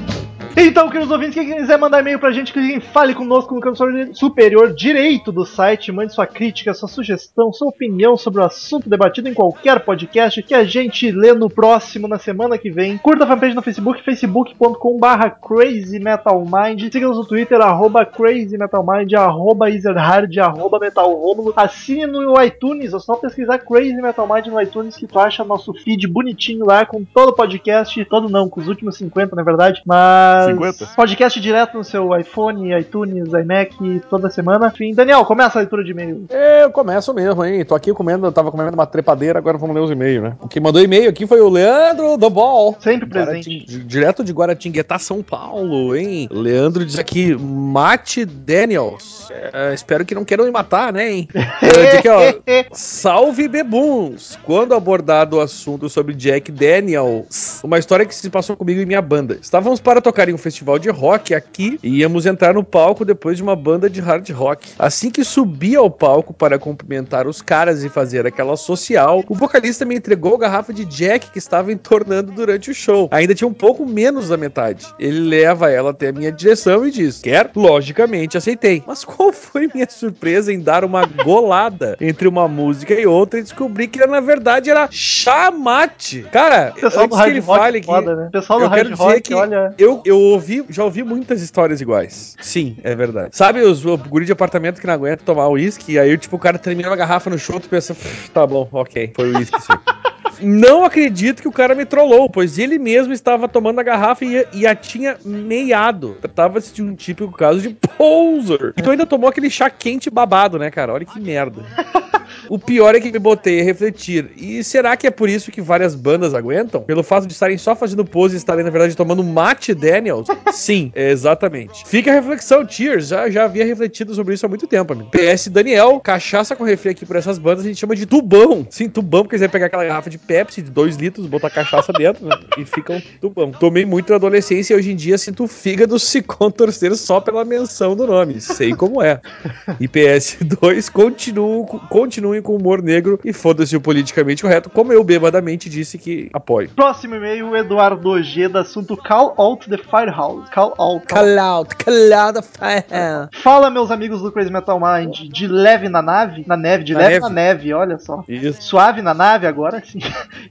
Speaker 3: Então, queridos ouvintes, quem quiser mandar e-mail pra gente, clique em Fale Conosco no canto superior direito do site. Mande sua crítica, sua sugestão, sua opinião sobre o assunto debatido em qualquer podcast que a gente lê no próximo, na semana que vem. Curta a fanpage no Facebook, facebook.com.br crazymetalmind. Siga-nos no Twitter, arroba crazymetalmind, arroba ezerhard, arroba metalromulo. Assine no iTunes, é só pesquisar Crazy Metal Mind no iTunes que tu acha nosso feed bonitinho lá com todo o podcast, todo não, com os últimos 50 na verdade, mas...
Speaker 7: 50?
Speaker 3: Podcast direto no seu iPhone, iTunes, iMac, toda semana. Enfim, Daniel, começa a leitura de e-mail.
Speaker 4: É, Eu começo mesmo, hein? Tô aqui comendo, eu tava comendo uma trepadeira, agora vamos ler os e-mails, né? O que mandou e-mail aqui foi o Leandro do Ball.
Speaker 3: Sempre presente.
Speaker 4: Guaratin- direto de Guaratinguetá, São Paulo, hein? Leandro diz aqui, mate Daniels. É, espero que não queiram me matar, né, hein? É, diz aqui, ó, Salve Bebuns! Quando abordado o assunto sobre Jack Daniels, uma história que se passou comigo e minha banda. Estávamos para tocar em um festival de rock aqui e íamos entrar no palco depois de uma banda de hard rock. Assim que subi ao palco para cumprimentar os caras e fazer aquela social, o vocalista me entregou a garrafa de Jack que estava entornando durante o show. Ainda tinha um pouco menos da metade. Ele leva ela até a minha direção e diz: Quer? Logicamente, aceitei. Mas qual foi minha surpresa em dar uma golada entre uma música e outra e descobri que na verdade era chamate. Cara,
Speaker 3: O pessoal
Speaker 4: antes
Speaker 3: do
Speaker 4: que
Speaker 3: Hard
Speaker 4: ele
Speaker 3: Rock
Speaker 4: fale
Speaker 3: é
Speaker 4: que.
Speaker 3: foda, né? O pessoal do
Speaker 4: eu quero
Speaker 3: Hard
Speaker 4: dizer
Speaker 3: Rock,
Speaker 4: que-
Speaker 3: olha...
Speaker 4: Eu, eu ouvi, já ouvi muitas histórias iguais. Sim, é verdade. Sabe os o guri de apartamento que não aguenta tomar uísque? Aí, tipo, o cara terminou a garrafa no show, tu pensa, "Pff, tá bom, ok, foi uísque, sim. Não acredito que o cara me trollou, pois ele mesmo estava tomando a garrafa e, e a tinha meiado. Tratava-se de um típico caso de poser. Então ainda tomou aquele chá quente babado, né, cara? Olha que merda. O pior é que me botei a refletir. E será que é por isso que várias bandas aguentam? Pelo fato de estarem só fazendo pose e estarem, na verdade, tomando mate Daniels? Sim, é exatamente. Fica a reflexão, Cheers. Já, já havia refletido sobre isso há muito tempo, amigo. PS Daniel, cachaça com refri aqui por essas bandas, a gente chama de tubão. Sim, tubão, porque eles vão pegar aquela garrafa de Pepsi de 2 litros, botar cachaça dentro né? e fica um tubão. Tomei muito na adolescência e hoje em dia sinto o fígado se contorcer só pela menção do nome. Sei como é. E PS2, continuo- continuem com o humor negro e foda-se o politicamente correto, como eu bebadamente disse que apoio.
Speaker 3: Próximo e-mail, Eduardo Ojeda, assunto Call Out the Firehouse. Call Out. Call
Speaker 4: out, call out the fire.
Speaker 3: Fala, meus amigos do Crazy Metal Mind. De leve na nave? Na neve, de
Speaker 4: Na
Speaker 3: leve
Speaker 4: neve.
Speaker 3: na neve, olha só.
Speaker 4: Isso.
Speaker 3: Suave na nave agora sim.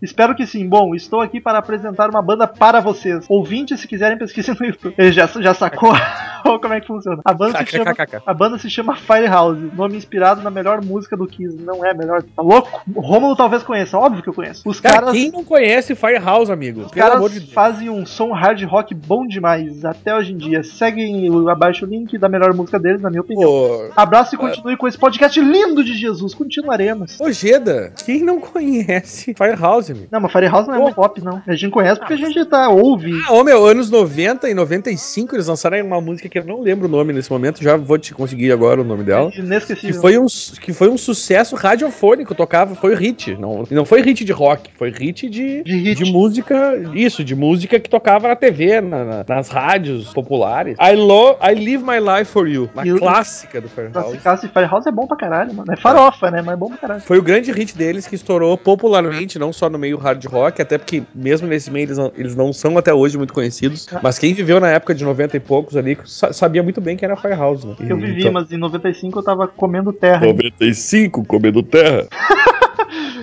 Speaker 3: Espero que sim. Bom, estou aqui para apresentar uma banda para vocês. Ouvintes, se quiserem, pesquisem no YouTube. Ele já, já sacou como é que funciona. A banda, se chama, a banda se chama Firehouse, nome inspirado na melhor música do Kiss. Não é a melhor, tá louco? O Rômulo talvez conheça, óbvio que eu conheço. Os
Speaker 4: Cara,
Speaker 3: caras.
Speaker 4: quem não conhece Firehouse, amigo?
Speaker 3: Os caras fazem um som hard rock bom demais até hoje em dia. Seguem o- abaixo o link da melhor música deles, na minha opinião.
Speaker 4: Pô,
Speaker 3: Abraço e continue com esse podcast lindo de Jesus. Continuaremos.
Speaker 4: Ojeda, quem não conhece Firehouse, amigo?
Speaker 3: Não, mas Firehouse não é
Speaker 4: Pô.
Speaker 3: muito pop, não. A gente conhece porque a gente tá, ouve.
Speaker 4: Ah, ô meu, anos 90 e 95 eles lançaram uma música que eu não lembro o nome nesse momento, já vou te conseguir agora o nome dela. Que
Speaker 3: É Inesquecível.
Speaker 4: foi, um, su- que foi um sucesso radiofônico, tocava, foi hit. Não, não foi hit de rock, foi hit de,
Speaker 3: de hit.
Speaker 4: de música, isso, de música que tocava na TV, na- na- nas rádios populares. I, lo, I Live My Life For You, uma
Speaker 3: E o-
Speaker 4: clássica do Firehouse.
Speaker 3: Classificasse Firehouse é bom pra caralho, mano. É farofa, né? Mas é bom pra caralho.
Speaker 4: Foi o grande hit deles que estourou popularmente, não só no meio hard rock, até porque mesmo nesse meio eles não, eles não são até hoje muito conhecidos. Mas quem viveu na época de 90 e poucos ali sa- sabia muito bem que era Firehouse, né?
Speaker 3: Eu vivi,
Speaker 4: Então-
Speaker 3: mas em 95 eu tava comendo terra.
Speaker 7: 95 comendo terra.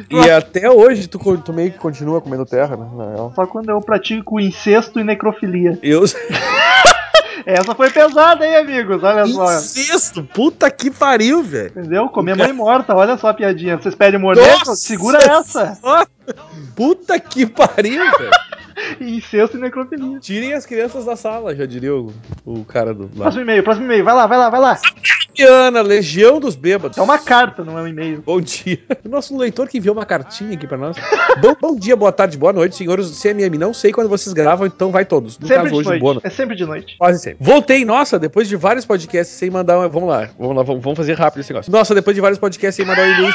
Speaker 4: E até hoje tu, co- tu meio que continua comendo terra, né? Na real.
Speaker 3: Só quando eu pratico incesto e necrofilia.
Speaker 4: Eu
Speaker 3: Essa foi pesada, hein, amigos? Olha só.
Speaker 4: insisto, puta que pariu, velho.
Speaker 3: Entendeu? Comer mãe morta, olha só a piadinha. Vocês pedem morder?
Speaker 4: Nossa!
Speaker 3: Segura essa!
Speaker 4: Puta que pariu, velho.
Speaker 3: Incesto e necrofilia.
Speaker 4: Tirem as crianças da sala, já diria o, o cara do lá.
Speaker 3: Próximo e-mail, próximo e-mail. Vai lá, vai lá, vai lá.
Speaker 4: Ana, Legião dos Bêbados.
Speaker 3: É uma carta, não é um e-mail.
Speaker 4: Bom dia. O nosso leitor que enviou uma cartinha aqui pra nós. bom, bom dia, boa tarde, boa noite, senhores do CMM. Não sei quando vocês gravam, então vai todos. No
Speaker 3: sempre
Speaker 4: caso,
Speaker 3: de
Speaker 4: hoje,
Speaker 3: noite.
Speaker 4: boa né? noite.
Speaker 3: É sempre de noite.
Speaker 4: Quase sempre. Voltei, nossa, depois de vários podcasts sem mandar um. Vamos lá, vamos lá, vamos, vamos fazer rápido esse negócio. Nossa, depois de vários podcasts sem mandar um e-mail.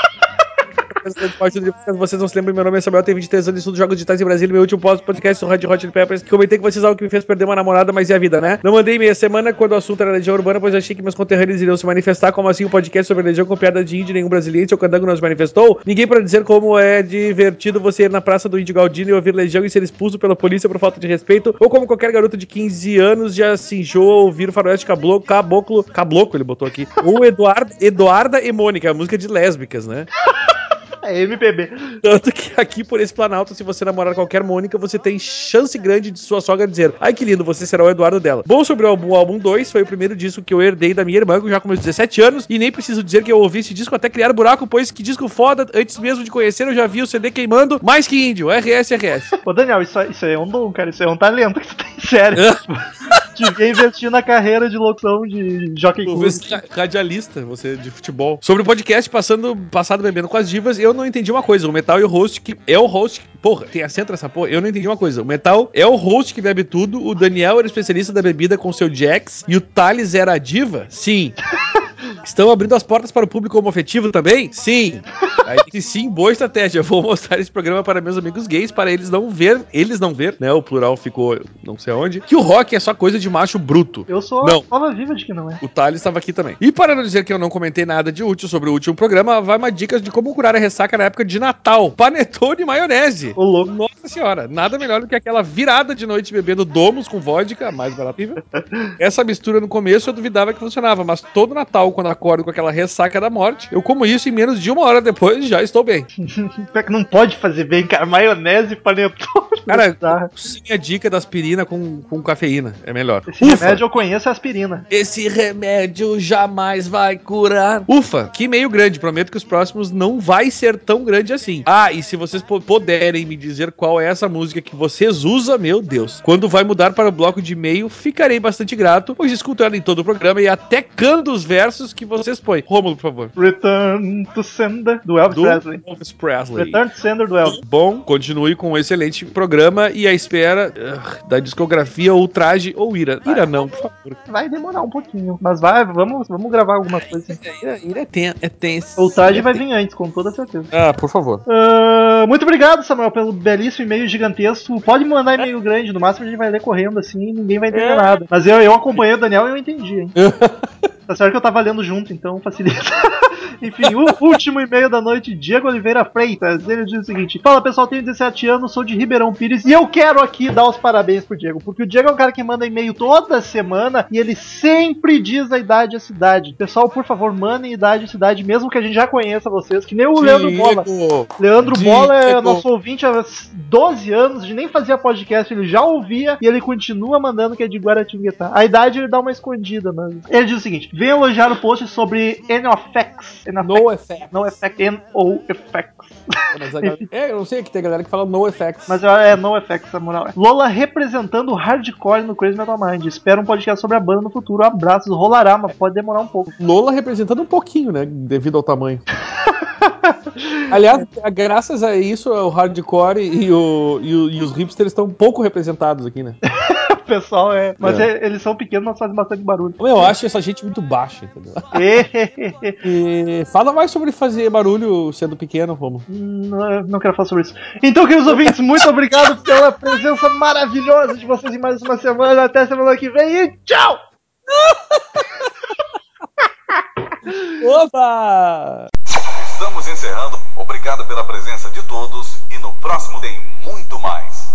Speaker 4: Caso Vocês não se lembram, meu nome é Samuel, tenho 23 anos, estudo jogos digitais em Brasília. Meu último podcast do Red Hot Chili Peppers, que comentei com vocês algo que me fez perder uma namorada, mas e a vida, né? Não mandei meia semana quando o assunto era legião urbana, pois achei que meus conterrâneos iriam se manifestar. Como assim, o podcast sobre legião com piada de índio, nenhum brasileiro, seu candango não se manifestou? Ninguém pra dizer como é divertido você ir na praça do Índio Galdino e ouvir legião e ser expulso pela polícia por falta de respeito, ou como qualquer garoto de 15 anos já se enjoa ouvir o faroeste cablo, caboclo, cabloco, ele botou aqui, ou Eduardo, Eduarda e Mônica, a música de lésbicas, né?
Speaker 3: É MPB.
Speaker 4: Tanto que aqui por esse Planalto, se você namorar qualquer Mônica, você tem chance grande de sua sogra dizer: Ai que lindo, você será o Eduardo dela. Bom, sobre o álbum, o álbum 2, foi o primeiro disco que eu herdei da minha irmã, que já com meus 17 anos, e nem preciso dizer que eu ouvi esse disco até criar buraco, pois que disco foda, antes mesmo de conhecer, eu já vi o CD queimando mais que índio, RS, RS.
Speaker 3: Ô, Daniel, isso, isso aí é um dom, cara. Isso aí é um talento que você tem, sério.
Speaker 4: É.
Speaker 3: Devia investir na carreira de locução de jockey
Speaker 4: Pô,
Speaker 3: club.
Speaker 4: você é Radialista, você é de futebol. Sobre o podcast passando, passado bebendo com as divas, eu não entendi uma coisa. O Metal e o host que é o host. que- Porra, tem acento essa porra? Eu não entendi uma coisa. O Metal é o host que bebe tudo. O Daniel era especialista da bebida com seu Jax. E o Thales era a diva? Sim. Estão abrindo as portas para o público homoafetivo também? Sim. Aí, e sim, boa estratégia. Vou mostrar esse programa para meus amigos gays, para eles não ver, eles não ver, né? O plural ficou não sei aonde. Que o rock é só coisa de macho bruto.
Speaker 3: Eu sou
Speaker 4: Não.
Speaker 3: a prova viva de que não é.
Speaker 4: O Thales estava aqui também. E para não dizer que eu não comentei nada de útil sobre o último programa, vai uma dica de como curar a ressaca na época de Natal. Panetone e maionese.
Speaker 3: Ô, louco.
Speaker 4: Nossa senhora, nada melhor do que aquela virada de noite bebendo domos com vodka, mais barato possível. Essa mistura no começo eu duvidava que funcionava, mas todo Natal, quando acordo com aquela ressaca da morte, eu como isso e menos de uma hora depois já estou bem.
Speaker 3: Pior que não pode fazer bem, cara. Maionese e panetone.
Speaker 4: Cara,
Speaker 3: Tá.
Speaker 4: sim a dica da aspirina com, com cafeína, é melhor.
Speaker 3: Esse
Speaker 4: Ufa!
Speaker 3: remédio eu conheço é aspirina.
Speaker 4: Esse remédio jamais vai curar. Ufa, que meio grande. Prometo que os próximos não vai ser tão grande assim. Ah, e se vocês pu- puderem me dizer qual é essa música que vocês usam, meu Deus. Quando vai mudar para o bloco de e-mail, ficarei bastante grato, pois escuto ela em todo o programa e até canto os versos que vocês põem. Rômulo, por favor.
Speaker 3: Return to Sender, do Elvis
Speaker 4: Do
Speaker 3: Presley.
Speaker 4: Elvis Presley.
Speaker 3: Return to Sender, do Elvis.
Speaker 4: Bom, continue com um excelente programa e a espera ah, da discografia ou traje ou ira. Ira não, por favor.
Speaker 3: Vai demorar um pouquinho, mas vai, vamos, vamos gravar algumas coisas.
Speaker 4: Ira, ira é, ten é tenso.
Speaker 3: O Taj vai vir antes, com toda certeza.
Speaker 4: Ah, por favor.
Speaker 3: Ah, muito obrigado, Samuel, pelo belíssimo e-mail gigantesco. Pode mandar e-mail grande, no máximo a gente vai ler correndo assim e ninguém vai entender nada. Mas eu, eu acompanhei o Daniel e eu entendi, hein? tá certo que eu tava lendo junto, então facilita. Enfim, o último e-mail da noite, Diego Oliveira Freitas. Ele diz o seguinte: Fala pessoal, tenho 17 anos, sou de Ribeirão Pires e eu quero aqui dar os parabéns pro Diego, porque o Diego é um cara que manda e-mail toda semana e ele sempre diz a idade e a cidade. Pessoal, por favor, mandem idade e cidade, mesmo que a gente já conheça vocês, que nem o Leandro
Speaker 4: Diego.
Speaker 3: Bola. Leandro
Speaker 4: Diego.
Speaker 3: Bola é nosso ouvinte há 12 anos, de nem fazia podcast, ele já ouvia e ele continua mandando que é de Guaratinguetá. A idade ele dá uma escondida, mas. Ele diz o seguinte: vem elogiar o post sobre NOFX. NOFX.
Speaker 4: effects.
Speaker 3: Não é effect, NOFX.
Speaker 4: Mas a galera- É, eu não sei que tem galera que fala no effects.
Speaker 3: Mas é NoFX, a moral. é. Lola representando o hardcore no Crazy Metal Mind. Espero um podcast sobre a banda no futuro. Abraços, rolará, mas pode demorar um pouco.
Speaker 4: Lola representando um pouquinho, né? Devido ao tamanho. Aliás, a- graças a isso, o hardcore e, o- e o- e os hipsters estão pouco representados aqui, né?
Speaker 3: O pessoal é. Mas é- eles são pequenos, mas fazem bastante barulho.
Speaker 4: Eu acho essa gente muito baixa, entendeu? E fala mais sobre fazer barulho sendo pequeno, Romo.
Speaker 3: Não, não quero falar sobre isso. Então, queridos ouvintes, muito obrigado pela presença maravilhosa de vocês em mais uma semana. Até semana que vem e tchau!
Speaker 4: Opa!
Speaker 8: Estamos encerrando. Obrigado pela presença de todos e no próximo tem muito mais.